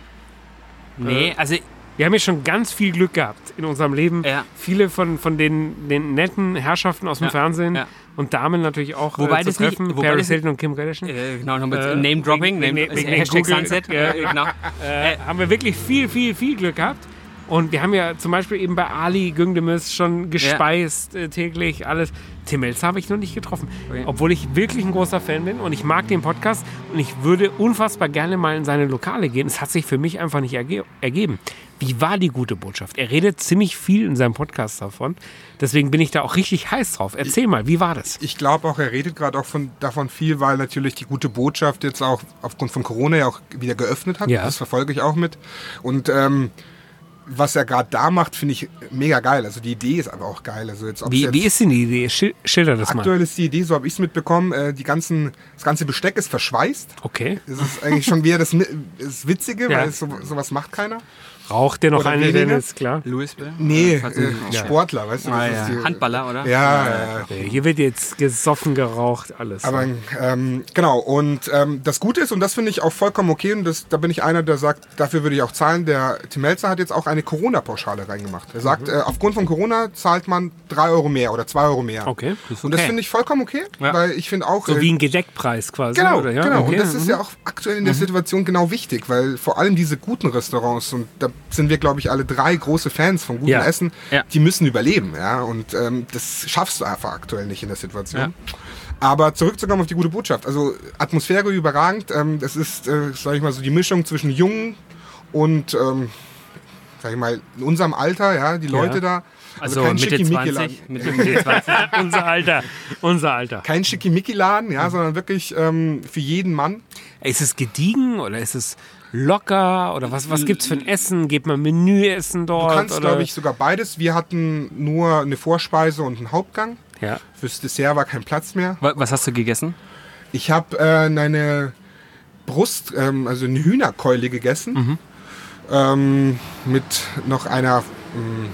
Nee, also
Wir haben ja schon ganz viel Glück gehabt in unserem Leben.
Ja.
Viele von, von den, den netten Herrschaften aus dem
Ja,
Fernsehen
ja.
und Damen natürlich auch
Wobei
äh, zu
das nicht-
treffen.
wobei
Paris
das nicht-
Hilton und Kim Kardashian.
äh, genau, nochmal
Äh,
Name
wegen-
Dropping, Name,
wegen- wegen
Hashtag
Google.
Sunset.
Ja.
äh, genau.
äh, haben wir wirklich viel, viel, viel Glück gehabt. Und wir haben ja zum Beispiel eben bei Ali Güngdemis schon gespeist äh, täglich, alles. Tim Melzer habe ich noch nicht getroffen. Obwohl ich wirklich ein großer Fan bin und ich mag den Podcast und ich würde unfassbar gerne mal in seine Lokale gehen. Es hat sich für mich einfach nicht erge ergeben. Wie war die gute Botschaft? Er redet ziemlich viel in seinem Podcast davon. Deswegen bin ich da auch richtig heiß drauf. Erzähl mal, wie war das?
Ich glaube auch, er redet gerade auch von, davon viel, weil natürlich die gute Botschaft jetzt auch aufgrund von Corona ja auch wieder geöffnet hat.
Ja.
Das verfolge ich auch mit. Und ähm, was er gerade da macht, finde ich mega geil. Also die Idee ist aber auch geil. Also jetzt, ob's
Wie,
jetzt
wie ist denn die Idee? Schil- Schilder das mal.
aktuell ist die Idee, so habe ich es mitbekommen, äh, die ganzen, das ganze Besteck ist verschweißt.
Okay.
Das ist eigentlich schon wieder das, Mi- das Witzige,
Ja.
weil so, sowas macht keiner.
Raucht der noch
Oder
eine,
weniger?
denn ist klar?
Louisville?
Nee,
Französisch.
äh, Sportler, weißt du? das ist die-
Handballer, oder?
Ja, ja, ja.
Ah, Ja, Hier wird jetzt gesoffen, geraucht, alles.
Aber ähm, genau, und ähm, das Gute ist, und das finde ich auch vollkommen okay, und das, da bin ich einer, der sagt, dafür würde ich auch zahlen, der Tim Melzer hat jetzt auch eine Corona-Pauschale reingemacht. Er
Mhm.
sagt, äh, aufgrund von Corona zahlt man 3 Euro mehr oder 2 Euro mehr.
Okay,
Das Und das finde ich vollkommen okay, weil ich finde auch...
so
äh,
wie ein Gedeckpreis quasi.
Genau,
oder? Ja,
genau.
Okay. Mhm.
Und das ist ja auch aktuell in der Situation genau wichtig, weil vor allem diese guten Restaurants, und da sind wir, glaube ich, alle drei große Fans von gutem
Ja.
Essen,
Ja.
die müssen überleben. Ja? Und ähm, das schaffst du einfach aktuell nicht in der Situation. Aber zurückzukommen auf die gute Botschaft. Also Atmosphäre überragend. Ähm, das ist, äh, sage ich mal, so die Mischung zwischen jung und, ähm, sage ich mal, in unserem Alter, ja, die Leute da.
Also Mitte
Schickimicki-Laden.
20. Mitte, Mitte 20.
unser Alter. Mhm. Unser Alter.
Kein Schickimicki-Laden,
Mhm.
ja, sondern wirklich ähm, für jeden Mann.
Ist es gediegen oder ist es locker? Oder was, was gibt es für ein Essen? Geht man Menüessen dort?
Du kannst,
oder-
glaube ich, sogar beides. Wir hatten nur eine Vorspeise und einen Hauptgang.
Ja.
Fürs Dessert war kein Platz mehr.
Wa- Was hast du gegessen?
Ich habe äh, eine Brust, ähm, also eine Hühnerkeule gegessen.
Mhm.
Ähm, mit noch einer. ähm,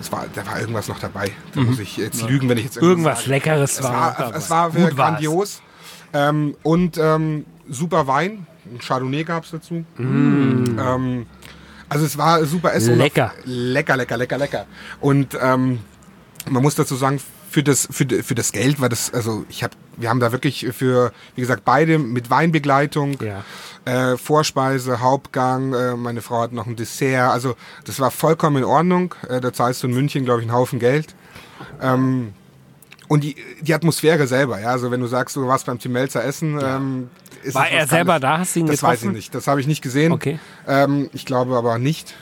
Es war, da war irgendwas noch dabei. Da muss ich jetzt lügen, wenn ich jetzt
Mhm. Irgendwas Leckeres
Es
war.
war,
dabei.
es war
Gut war's.
grandios. Ähm, und ähm, super Wein. Ein Chardonnay gab es dazu. Ähm, also es war super Essen.
Mm. Lecker.
Lecker, lecker, lecker, lecker. Und ähm, man muss dazu sagen, für das, für, de- für das Geld war das, also ich habe, wir haben da wirklich für, wie gesagt, beide mit Weinbegleitung,
Ja.
äh, Vorspeise, Hauptgang, äh, meine Frau hat noch ein Dessert, also das war vollkommen in Ordnung. Äh, da zahlst du in München, glaube ich, einen Haufen Geld. Ähm, Und die, die Atmosphäre selber, ja, also wenn du sagst, du warst beim Tim Melzer essen, ähm, ist
War
das was
er selber
anderes.
da? Hast du ihn
Das
getroffen?
weiß ich nicht, das habe ich nicht gesehen.
Okay.
Ähm, ich glaube aber nicht.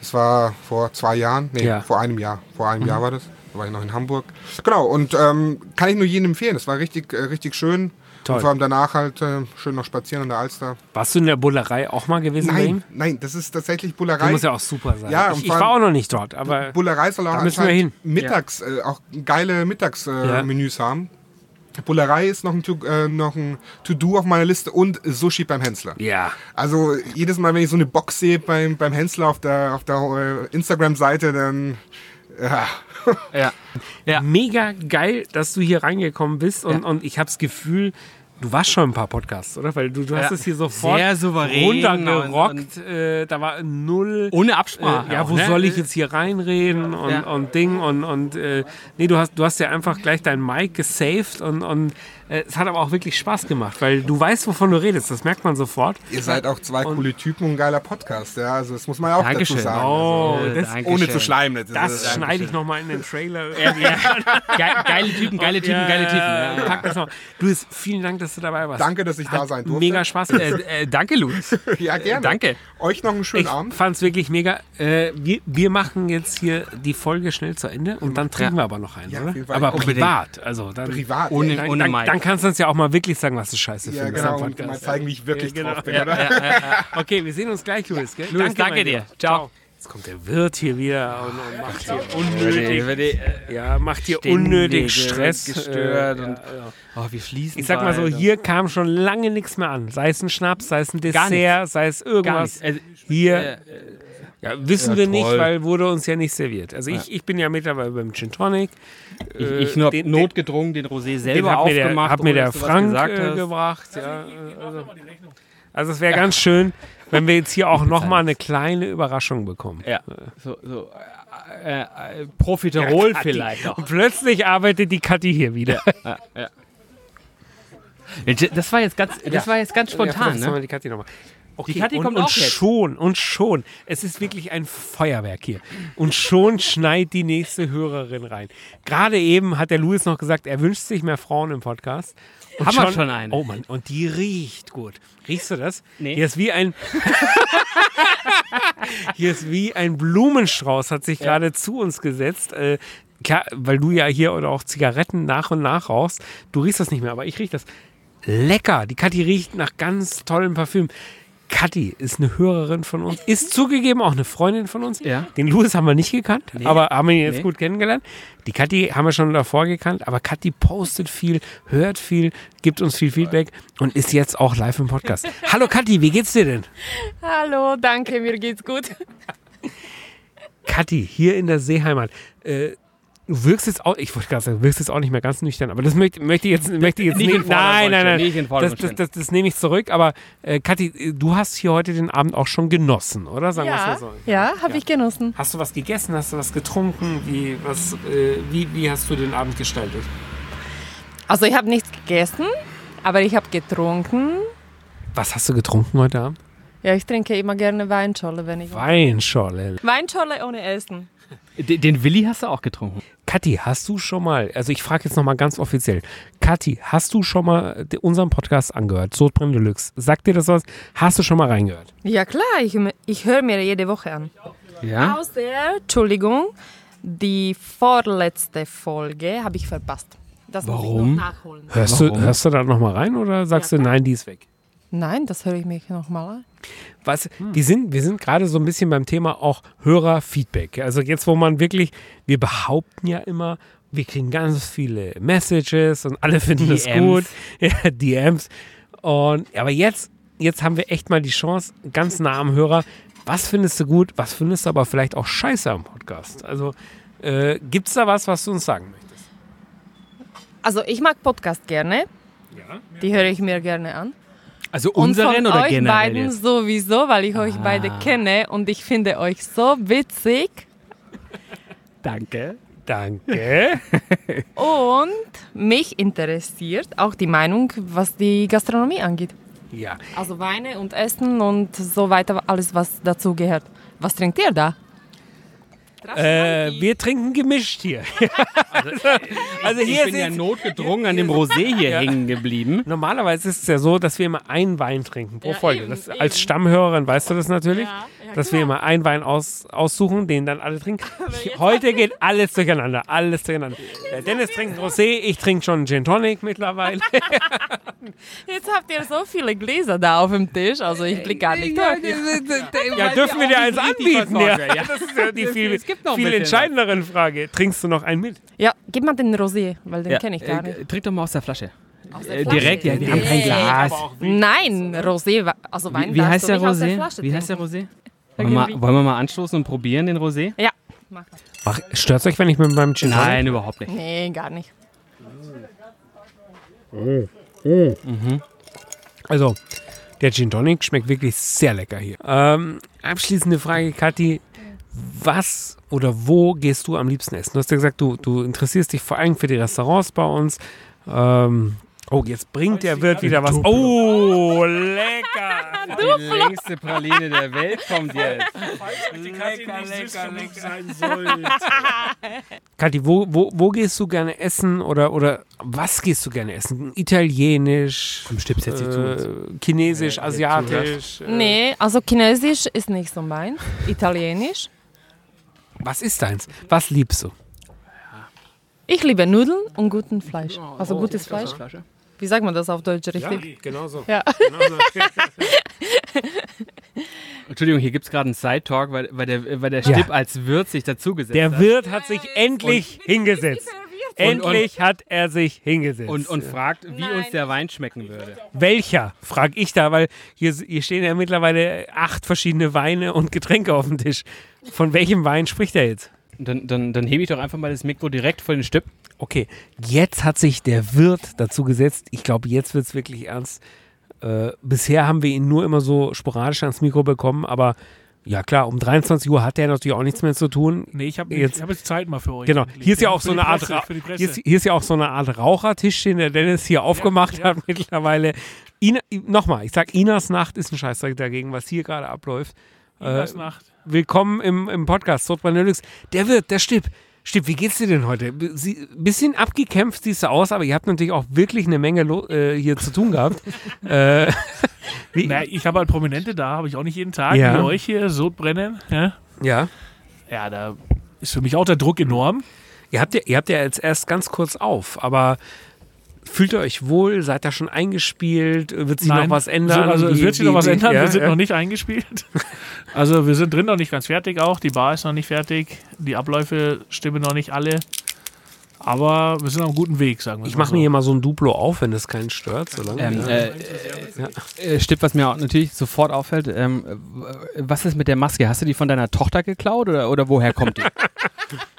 Das war vor zwei Jahren, nee,
Ja. Mhm.
vor einem Jahr. Vor einem Jahr war das. Da war ich noch in Hamburg. Genau, und ähm, kann ich nur jedem empfehlen. Das war richtig, äh, richtig schön.
Toll.
Und vor allem danach halt äh, schön noch spazieren an der Alster.
Warst du in der Bullerei auch mal gewesen bei ihm?
Nein, nein, das ist tatsächlich Bullerei.
Die muss ja auch super sein.
Ja, und
ich, ich
vor allem-
war auch noch nicht dort, aber
Bullerei soll auch
Da müssen wir
anscheinend
hin.
mittags äh, auch geile Mittagsmenüs äh,
Ja.
Menüs haben. Bullerei ist noch ein, To- äh, noch ein To-Do auf meiner Liste und Sushi beim Hensler.
ja,
Also jedes Mal, wenn ich so eine Box sehe beim, beim Hensler auf der, auf der äh, Instagram-Seite, dann ja,
Ja. Ja.
mega geil, dass du hier reingekommen bist und, und ich habe das Gefühl, du warst schon ein paar Podcasts, oder? Weil du, du hast
Ja.
es hier sofort
Sehr souverän
runtergerockt.
und-
äh, da war null.
Ohne
äh,
Absprache.
ja,
auch,
wo
ne?
soll ich jetzt hier reinreden und,
Ja.
und Ding und, und äh, nee, du hast, du hast ja einfach gleich dein Mic gesaved und, und äh, es hat aber auch wirklich Spaß gemacht, weil du weißt, wovon du redest, das merkt man sofort.
ihr seid auch zwei coole Typen und ein geiler Podcast. Ja, also das muss man ja auch
Dankeschön.
dazu sagen.
Oh,
Äh,
das,
also,
Dankeschön.
ohne zu schleimen. Das,
das
ist-
schneide ich nochmal in den Trailer.
Ge geile Typen, geile Typen,
Ja,
geile Typen.
ja,
Ja.
Pack das noch. Du, es- vielen Dank, dass du dabei warst.
Danke, dass ich da sein durfte.
Mega Spaß. Äh,
Äh, äh, danke, Luis.
Ja, gerne.
Danke.
Euch noch einen schönen
ich
Abend.
fand's wirklich mega. Äh, wir, wir machen jetzt hier die Folge schnell zu Ende und dann trinken wir aber noch einen,
Ja, auf jeden
oder?
Fall.
Aber
Unbedingt.
privat. Also dann,
Privat.
Ohne-
dann,
ohne
dann,
Mike.
dann kannst du uns ja auch mal wirklich sagen, was du scheiße
ja,
findest.
genau.
am
Und mal
Podcast.
zeigen, wie ich wirklich
Ja, genau.
drauf bin, oder?
Okay, wir sehen uns gleich, Louis. Gell?
Louis, danke
mein
dir.
Lieber.
Ciao.
Jetzt kommt der Wirt hier wieder und, und macht hier
Unnötig.
unnötig, ja, macht hier unnötig
ständig
Stress.
gestört
Äh,
und-
ja, ja.
Oh, wir schließen.
Ich sag mal so,
bald.
hier kam schon lange nichts mehr an. Sei es ein Schnaps, sei es ein
Gar
Dessert, sei es
Gar
irgendwas.
nichts. Also,
Hier äh, ja, wissen wir nicht,
toll.
weil wurde uns ja nicht serviert. Also ich, ich bin ja mittlerweile beim Gin Tonic. Äh,
ich,
Äh,
ich nur
den-
notgedrungen den Rosé
Den
selber
hat mir der,
aufgemacht.
hat mir
ohne,
der
dass du was
Frank
gesagt
äh,
hast.
gebracht. Ja, äh, also. also es wäre ganz schön, wenn wir jetzt hier auch nochmal eine kleine Überraschung bekommen.
Ja, so, so äh, äh, Profiterol vielleicht auch.
Und plötzlich arbeitet die Kathi hier wieder.
Das war jetzt ganz, das war jetzt ganz spontan,
Äh, Jetzt haben
ne?
wir die Kathi nochmal. Okay,
Kathi
und,
kommt
und
auch jetzt.
schon, und schon. Es ist wirklich ein Feuerwerk hier. Und schon schneit die nächste Hörerin rein. Gerade eben hat der Louis noch gesagt, er wünscht sich mehr Frauen im Podcast. Und
Haben wir schon eine.
Oh Mann, und die riecht gut. Riechst du das?
Nee.
Hier ist wie ein. hier ist wie ein Blumenstrauß, hat sich gerade zu uns gesetzt. Äh, klar, weil du ja hier oder auch Zigaretten nach und nach rauchst. Du riechst das nicht mehr, aber ich riech das. Lecker. Die Kathi riecht nach ganz tollem Parfüm. Kathi ist eine Hörerin von uns, ist zugegeben auch eine Freundin von uns.
Ja.
Den Louis haben wir nicht gekannt, aber haben wir jetzt
Nee.
gut kennengelernt. Die Kathi haben wir schon davor gekannt, aber Kathi postet viel, hört viel, gibt uns viel Feedback und ist jetzt auch live im Podcast. Hallo Kathi, wie geht's dir denn?
Hallo, danke, mir geht's gut.
Kathi, hier in der Seeheimat. Äh, du wirkst jetzt auch, ich wollte gerade sagen, du wirkst jetzt auch nicht mehr ganz nüchtern, aber das möchte, möchte ich jetzt, möchte ich jetzt
Nicht in den Vordergrund
Nein, nein, nein.
stellen, nicht in den
das,
Vordergrund
das, das, das nehme ich zurück, aber äh, Kathi, äh, du hast hier heute den Abend auch schon genossen, oder? Sagen wir
Ja,
es mal so.
ja habe ich genossen.
Hast du was gegessen? Hast du was getrunken? Wie, was, äh, wie, wie hast du den Abend gestaltet?
Also ich habe nichts gegessen, aber ich habe getrunken.
Was hast du getrunken heute Abend?
Ja, ich trinke immer gerne Weinscholle, wenn ich...
Weinschorle.
Weinscholle ohne Essen.
Den, den Willi hast du auch getrunken.
Kathi, hast du schon mal, also ich frage jetzt nochmal ganz offiziell, Kathi, hast du schon mal de- unseren Podcast angehört? Sodbrenn Deluxe. Sagt dir das was? Hast du schon mal reingehört?
Ja klar, ich, ich höre mir jede Woche an.
Ja?
Außer, Entschuldigung, die vorletzte Folge habe ich verpasst. Das muss ich
Warum?
noch nachholen.
Hörst du, hörst du da nochmal rein oder sagst du, nein, die ist weg?
Nein, das höre ich mich nochmal an.
Was,
Hm.
die sind, wir sind gerade so ein bisschen beim Thema auch Hörerfeedback. Also jetzt, wo man wirklich, wir behaupten ja immer, wir kriegen ganz viele Messages und alle finden das
DMs.
gut. Ja, DMs. Und, aber jetzt, jetzt haben wir echt mal die Chance, ganz nah am Hörer, was findest du gut, was findest du aber vielleicht auch scheiße am Podcast? Also äh, gibt es da was, was du uns sagen möchtest?
Also ich mag Podcast gerne. Die höre ich mir gerne an.
Also
und
unseren
von
oder
euch
generell
beiden
jetzt? Ah.
sowieso, weil ich euch beide kenne und ich finde euch so witzig.
Danke.
Danke.
Und mich interessiert auch die Meinung, was die Gastronomie angeht.
ja.
Also Weine und Essen und so weiter, alles was dazu gehört. Was trinkt ihr da? Äh,
wir trinken gemischt hier.
Also
hier
ich bin ja
sind's-
notgedrungen an dem Rosé hier hängen geblieben.
Normalerweise ist es ja so, dass wir immer einen Wein trinken pro
Ja,
Folge.
eben,
das,
eben.
Als Stammhörerin weißt du das natürlich,
Ja, ja,
dass wir
klar.
immer einen Wein aus, aussuchen, den dann alle trinken.
jetzt-
Heute geht alles durcheinander, alles durcheinander. Der Dennis trinkt einen Rosé, ich trinke schon einen Gin Tonic mittlerweile.
Jetzt habt ihr so viele Gläser da auf dem Tisch, also ich blicke gar nicht durch.
Ja, dürfen wir dir eins anbieten? Ja.
versorge, ja.
Das ist ja die viel,
gibt noch ein
viel
bisschen
entscheidenderen Frage. Trinkst du noch einen mit?
Ja, gib mal den Rosé, weil den
Ja,
kenne ich gar
äh,
nicht.
Trink doch mal aus der Flasche.
Aus der
Äh,
Flasche.
direkt, ja, wir haben kein
Nee.
Glas.
Nein, Rosé, wa- also Wein
Wie, wie
darfst
heißt
du
der
nicht aus
Rosé?
Flasche
wie heißt der
trinken.
Rosé? Wollen wir, mal, wollen wir mal anstoßen und probieren den Rosé?
Ja, mach das.
Stört euch, wenn ich mit meinem Gin Tonic?
Nein, überhaupt nicht.
Nee, gar nicht.
Also, der Gin Tonic schmeckt wirklich sehr lecker hier. Ähm, abschließende Frage, Kathi. Was oder wo gehst du am liebsten essen? Du hast ja gesagt, du, du interessierst dich vor allem für die Restaurants bei uns. Ähm, oh, jetzt bringt der Wirt wieder was. Oh, lecker.
Die längste Praline der Welt kommt jetzt.
Kathi, wo, wo, wo gehst du gerne essen oder, oder was gehst du gerne essen? Italienisch,
stirbst jetzt nicht zu uns.
äh, Chinesisch, Asiatisch. äh,
Nee, also Chinesisch ist nicht so mein. Italienisch.
Was ist deins? Was liebst du?
Ich liebe Nudeln und guten Fleisch.
Oh,
Also gutes Fleisch. Wie sagt man das auf Deutsch richtig?
genau so.
Ja.
Entschuldigung, hier gibt es gerade einen Side-Talk, weil, weil der, weil der Stipp als Wirt sich dazugesetzt
Der
hat.
Wirt hat sich
Äh,
endlich hingesetzt. Endlich hat er sich hingesetzt.
Und, und fragt, wie uns der Wein schmecken würde.
welcher, frage ich da, weil hier, hier stehen ja mittlerweile acht verschiedene Weine und Getränke auf dem Tisch. Von welchem Wein spricht er jetzt?
Und Dann, dann, dann hebe ich doch einfach mal das Mikro direkt vor den Stipp.
Okay, jetzt hat sich der Wirt dazu gesetzt. Ich glaube, jetzt wird es wirklich ernst. Äh, bisher haben wir ihn nur immer so sporadisch ans Mikro bekommen, aber ja klar, um 23 Uhr hat er natürlich auch nichts mehr zu tun.
Nee, ich habe
Jetzt-
jetzt, ich hab jetzt Zeit mal für euch.
Genau. Hier ist ja auch
Für
so
die
eine Art,
Presse,
Ra-
für die Presse.
hier ist, hier ist ja auch so eine Art Rauchertisch, den der Dennis hier aufgemacht hat mittlerweile. Ina, nochmal, ich sag, Inas Nacht ist ein Scheißdreck dagegen, was hier gerade abläuft.
Inas Nacht.
Willkommen im, im Podcast, Sotbahn Deluxe. Der Wirt, der Stipp. Stipp, wie geht's dir denn heute? B- Sie, bisschen abgekämpft siehst du aus, aber ihr habt natürlich auch wirklich eine Menge lo- äh, hier zu tun gehabt. äh, wie,
Na, ich habe halt Prominente da, habe ich auch nicht jeden Tag,
Ja.
wie euch hier, Sodbrennen. Ja?
ja.
ja, da ist für mich auch der Druck enorm.
Ihr habt ja, ihr habt ja jetzt erst ganz kurz auf, aber fühlt ihr euch wohl? Seid ihr schon eingespielt? Wird sich noch was ändern?
So, also es
Wie-
wird sich
wie-
noch was
wie-
ändern,
ja,
wir sind
ja.
noch nicht eingespielt. Also wir sind drin noch nicht ganz fertig auch, die Bar ist noch nicht fertig, die Abläufe stimmen noch nicht alle. Aber wir sind auf einem guten Weg, sagen wir
Ich
mal
mache
so.
mir hier mal so ein Duplo auf, wenn das keinen stört. Solange
Ähm, äh, äh, Stipp, was mir auch natürlich sofort auffällt, ähm, w- was ist mit der Maske? Hast du die von deiner Tochter geklaut oder, oder woher kommt die?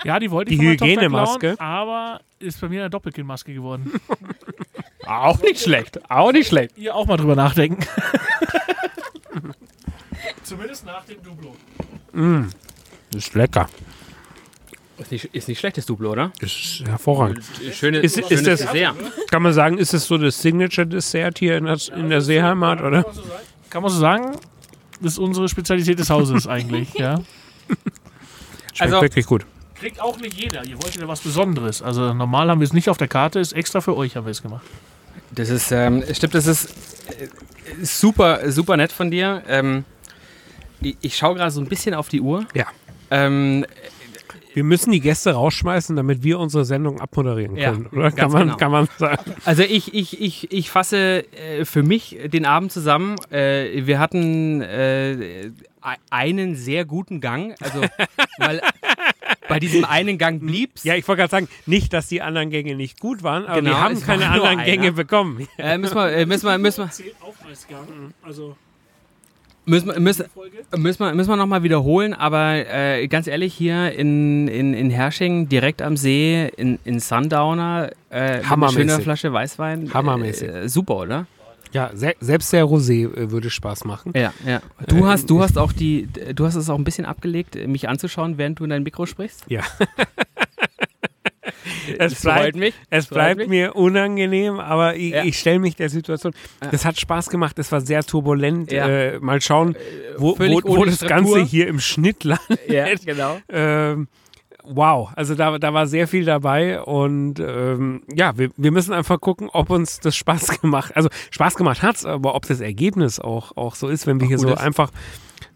Ja, die wollte
Die
ich von meiner Tochter
Hygienemaske.
Klauen, aber ist bei mir eine Doppelkinnmaske geworden.
auch nicht schlecht, auch nicht schlecht.
Ihr auch mal drüber nachdenken. Zumindest nach dem Dublo.
ist lecker.
Ist nicht, ist nicht schlechtes Duplo, oder?
Ist hervorragend.
Schöne,
Ist- ist das-
sehr.
Kann man sagen, ist es so das Signature-Dessert hier in der, in der Seeheimat, oder?
Kann man so sagen, das ist unsere Spezialität des Hauses eigentlich, ja.
Schmeckt
Also-
wirklich gut.
Kriegt auch nicht jeder. Ihr wolltet ja was Besonderes. Also normal haben wir es nicht auf der Karte, ist extra für euch haben wir es gemacht.
Das ist, ähm, stimmt, das ist äh, super, super nett von dir. Ähm, ich ich schaue gerade so ein bisschen auf die Uhr.
Ja.
Ähm,
Wir müssen die Gäste rausschmeißen, damit wir unsere Sendung abmoderieren
Ja,
können, oder? Kann
ganz
man,
genau.
kann man sagen.
also ich, ich, ich, ich fasse äh, für mich den Abend zusammen. Äh, wir hatten äh, e- einen sehr guten Gang. Also, weil bei diesem einen Gang blieb's.
Ja, ich wollte gerade sagen, nicht, dass die anderen Gänge nicht gut waren, aber
Genau,
wir haben
es
keine
war nur
anderen
einer.
Gänge bekommen.
Äh, müssen wir, äh, müssen wir, müssen wir,
Zählt auch als Gang. Also
müssen wir, müssen, Müssen wir, müssen wir nochmal wiederholen, aber äh, ganz ehrlich, hier in, in, in Hersching, direkt am See, in, in Sundowner, äh, mit einer
Hammermäßig.
schönen Flasche Weißwein.
Hammermäßig.
Äh, super, oder?
Ja, se selbst der Rosé äh, würde Spaß machen.
Ja, ja. Du hast, du hast auch die, du hast es auch ein bisschen abgelegt, mich anzuschauen, während du in dein Mikro sprichst.
Ja. es
Es
bleibt,
freut mich.
Es
Es freut
bleibt
mich.
mir unangenehm, aber ich,
Ja.
ich stelle mich der Situation.
Ja.
Das hat Spaß gemacht, es war sehr turbulent.
Ja.
Äh, mal schauen, wo,
völlig
wo, wo
ohne
das
Struktur.
Ganze hier im Schnitt landet.
Ja, genau.
Ähm, wow, also da, da war sehr viel dabei und ähm, ja, wir, wir müssen einfach gucken, ob uns das Spaß gemacht, also Spaß gemacht hat's, aber ob das Ergebnis auch, auch so ist, wenn wir
Auch
hier
gut
so
ist.
einfach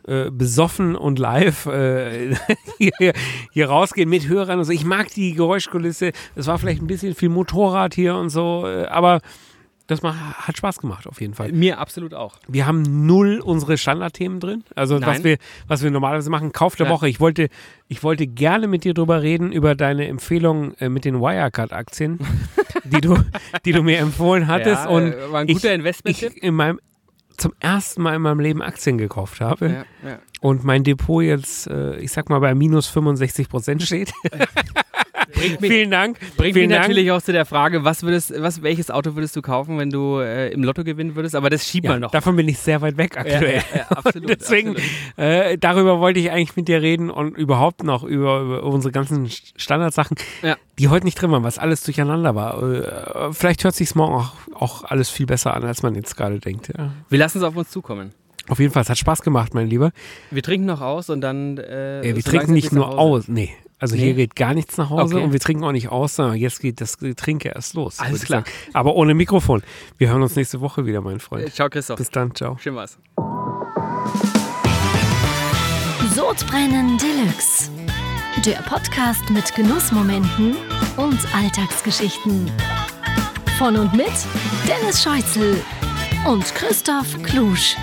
äh, besoffen und live äh, hier, hier rausgehen mit Hörern und so. Ich mag die Geräuschkulisse. Es war vielleicht ein bisschen viel Motorrad hier und so, äh, aber das macht, hat Spaß gemacht auf jeden Fall.
Mir absolut auch.
Wir haben null unsere Standardthemen drin. Also was
Nein.
wir, was wir normalerweise machen, Kauf der
Nein.
Woche. Ich wollte, ich wollte gerne mit dir drüber reden, über deine Empfehlung äh, mit den Wirecard-Aktien, die du, die du mir empfohlen hattest.
Ja,
und
äh, war ein
ich-
guter Investmenttipp.
Ich in meinem, zum ersten Mal in meinem Leben Aktien gekauft habe.
Ja, ja.
Und mein Depot jetzt, äh, ich sag mal, bei minus 65 Prozent steht. Vielen Dank.
Bringt
Vielen
mich
Dank.
natürlich auch zu der Frage, was würdest, was, welches Auto würdest du kaufen, wenn du äh, im Lotto gewinnen würdest? Aber das schiebt
Ja,
man noch.
davon bin ich sehr weit weg aktuell.
Ja, ja, ja, absolut,
Und deswegen, Äh, darüber wollte ich eigentlich mit dir reden und überhaupt noch über, über unsere ganzen Sch- Standardsachen,
Ja.
die heute nicht drin waren, was alles durcheinander war. Äh, vielleicht hört sich morgen auch, auch alles viel besser an, als man jetzt gerade denkt. Ja.
Wir lassen es auf uns zukommen.
Auf jeden Fall, es hat Spaß gemacht, mein Lieber.
Wir trinken noch aus und dann. Äh,
Äh, wir
so
trinken
langsam
nicht
geht's nach
nur
Hause.
aus, nee. Also
Nee?
hier geht gar nichts nach Hause
Okay.
und wir trinken auch nicht aus, sondern jetzt geht das Getränk erst los.
Alles
würde ich
klar.
sagen. Aber ohne Mikrofon. Wir hören uns nächste Woche wieder, mein Freund.
Äh, ciao, Christoph.
Bis dann, ciao.
Schön war's.
Sodbrennen Deluxe. Der Podcast mit Genussmomenten und Alltagsgeschichten. Von und mit Dennis Scheuzel und Christoph Klusch.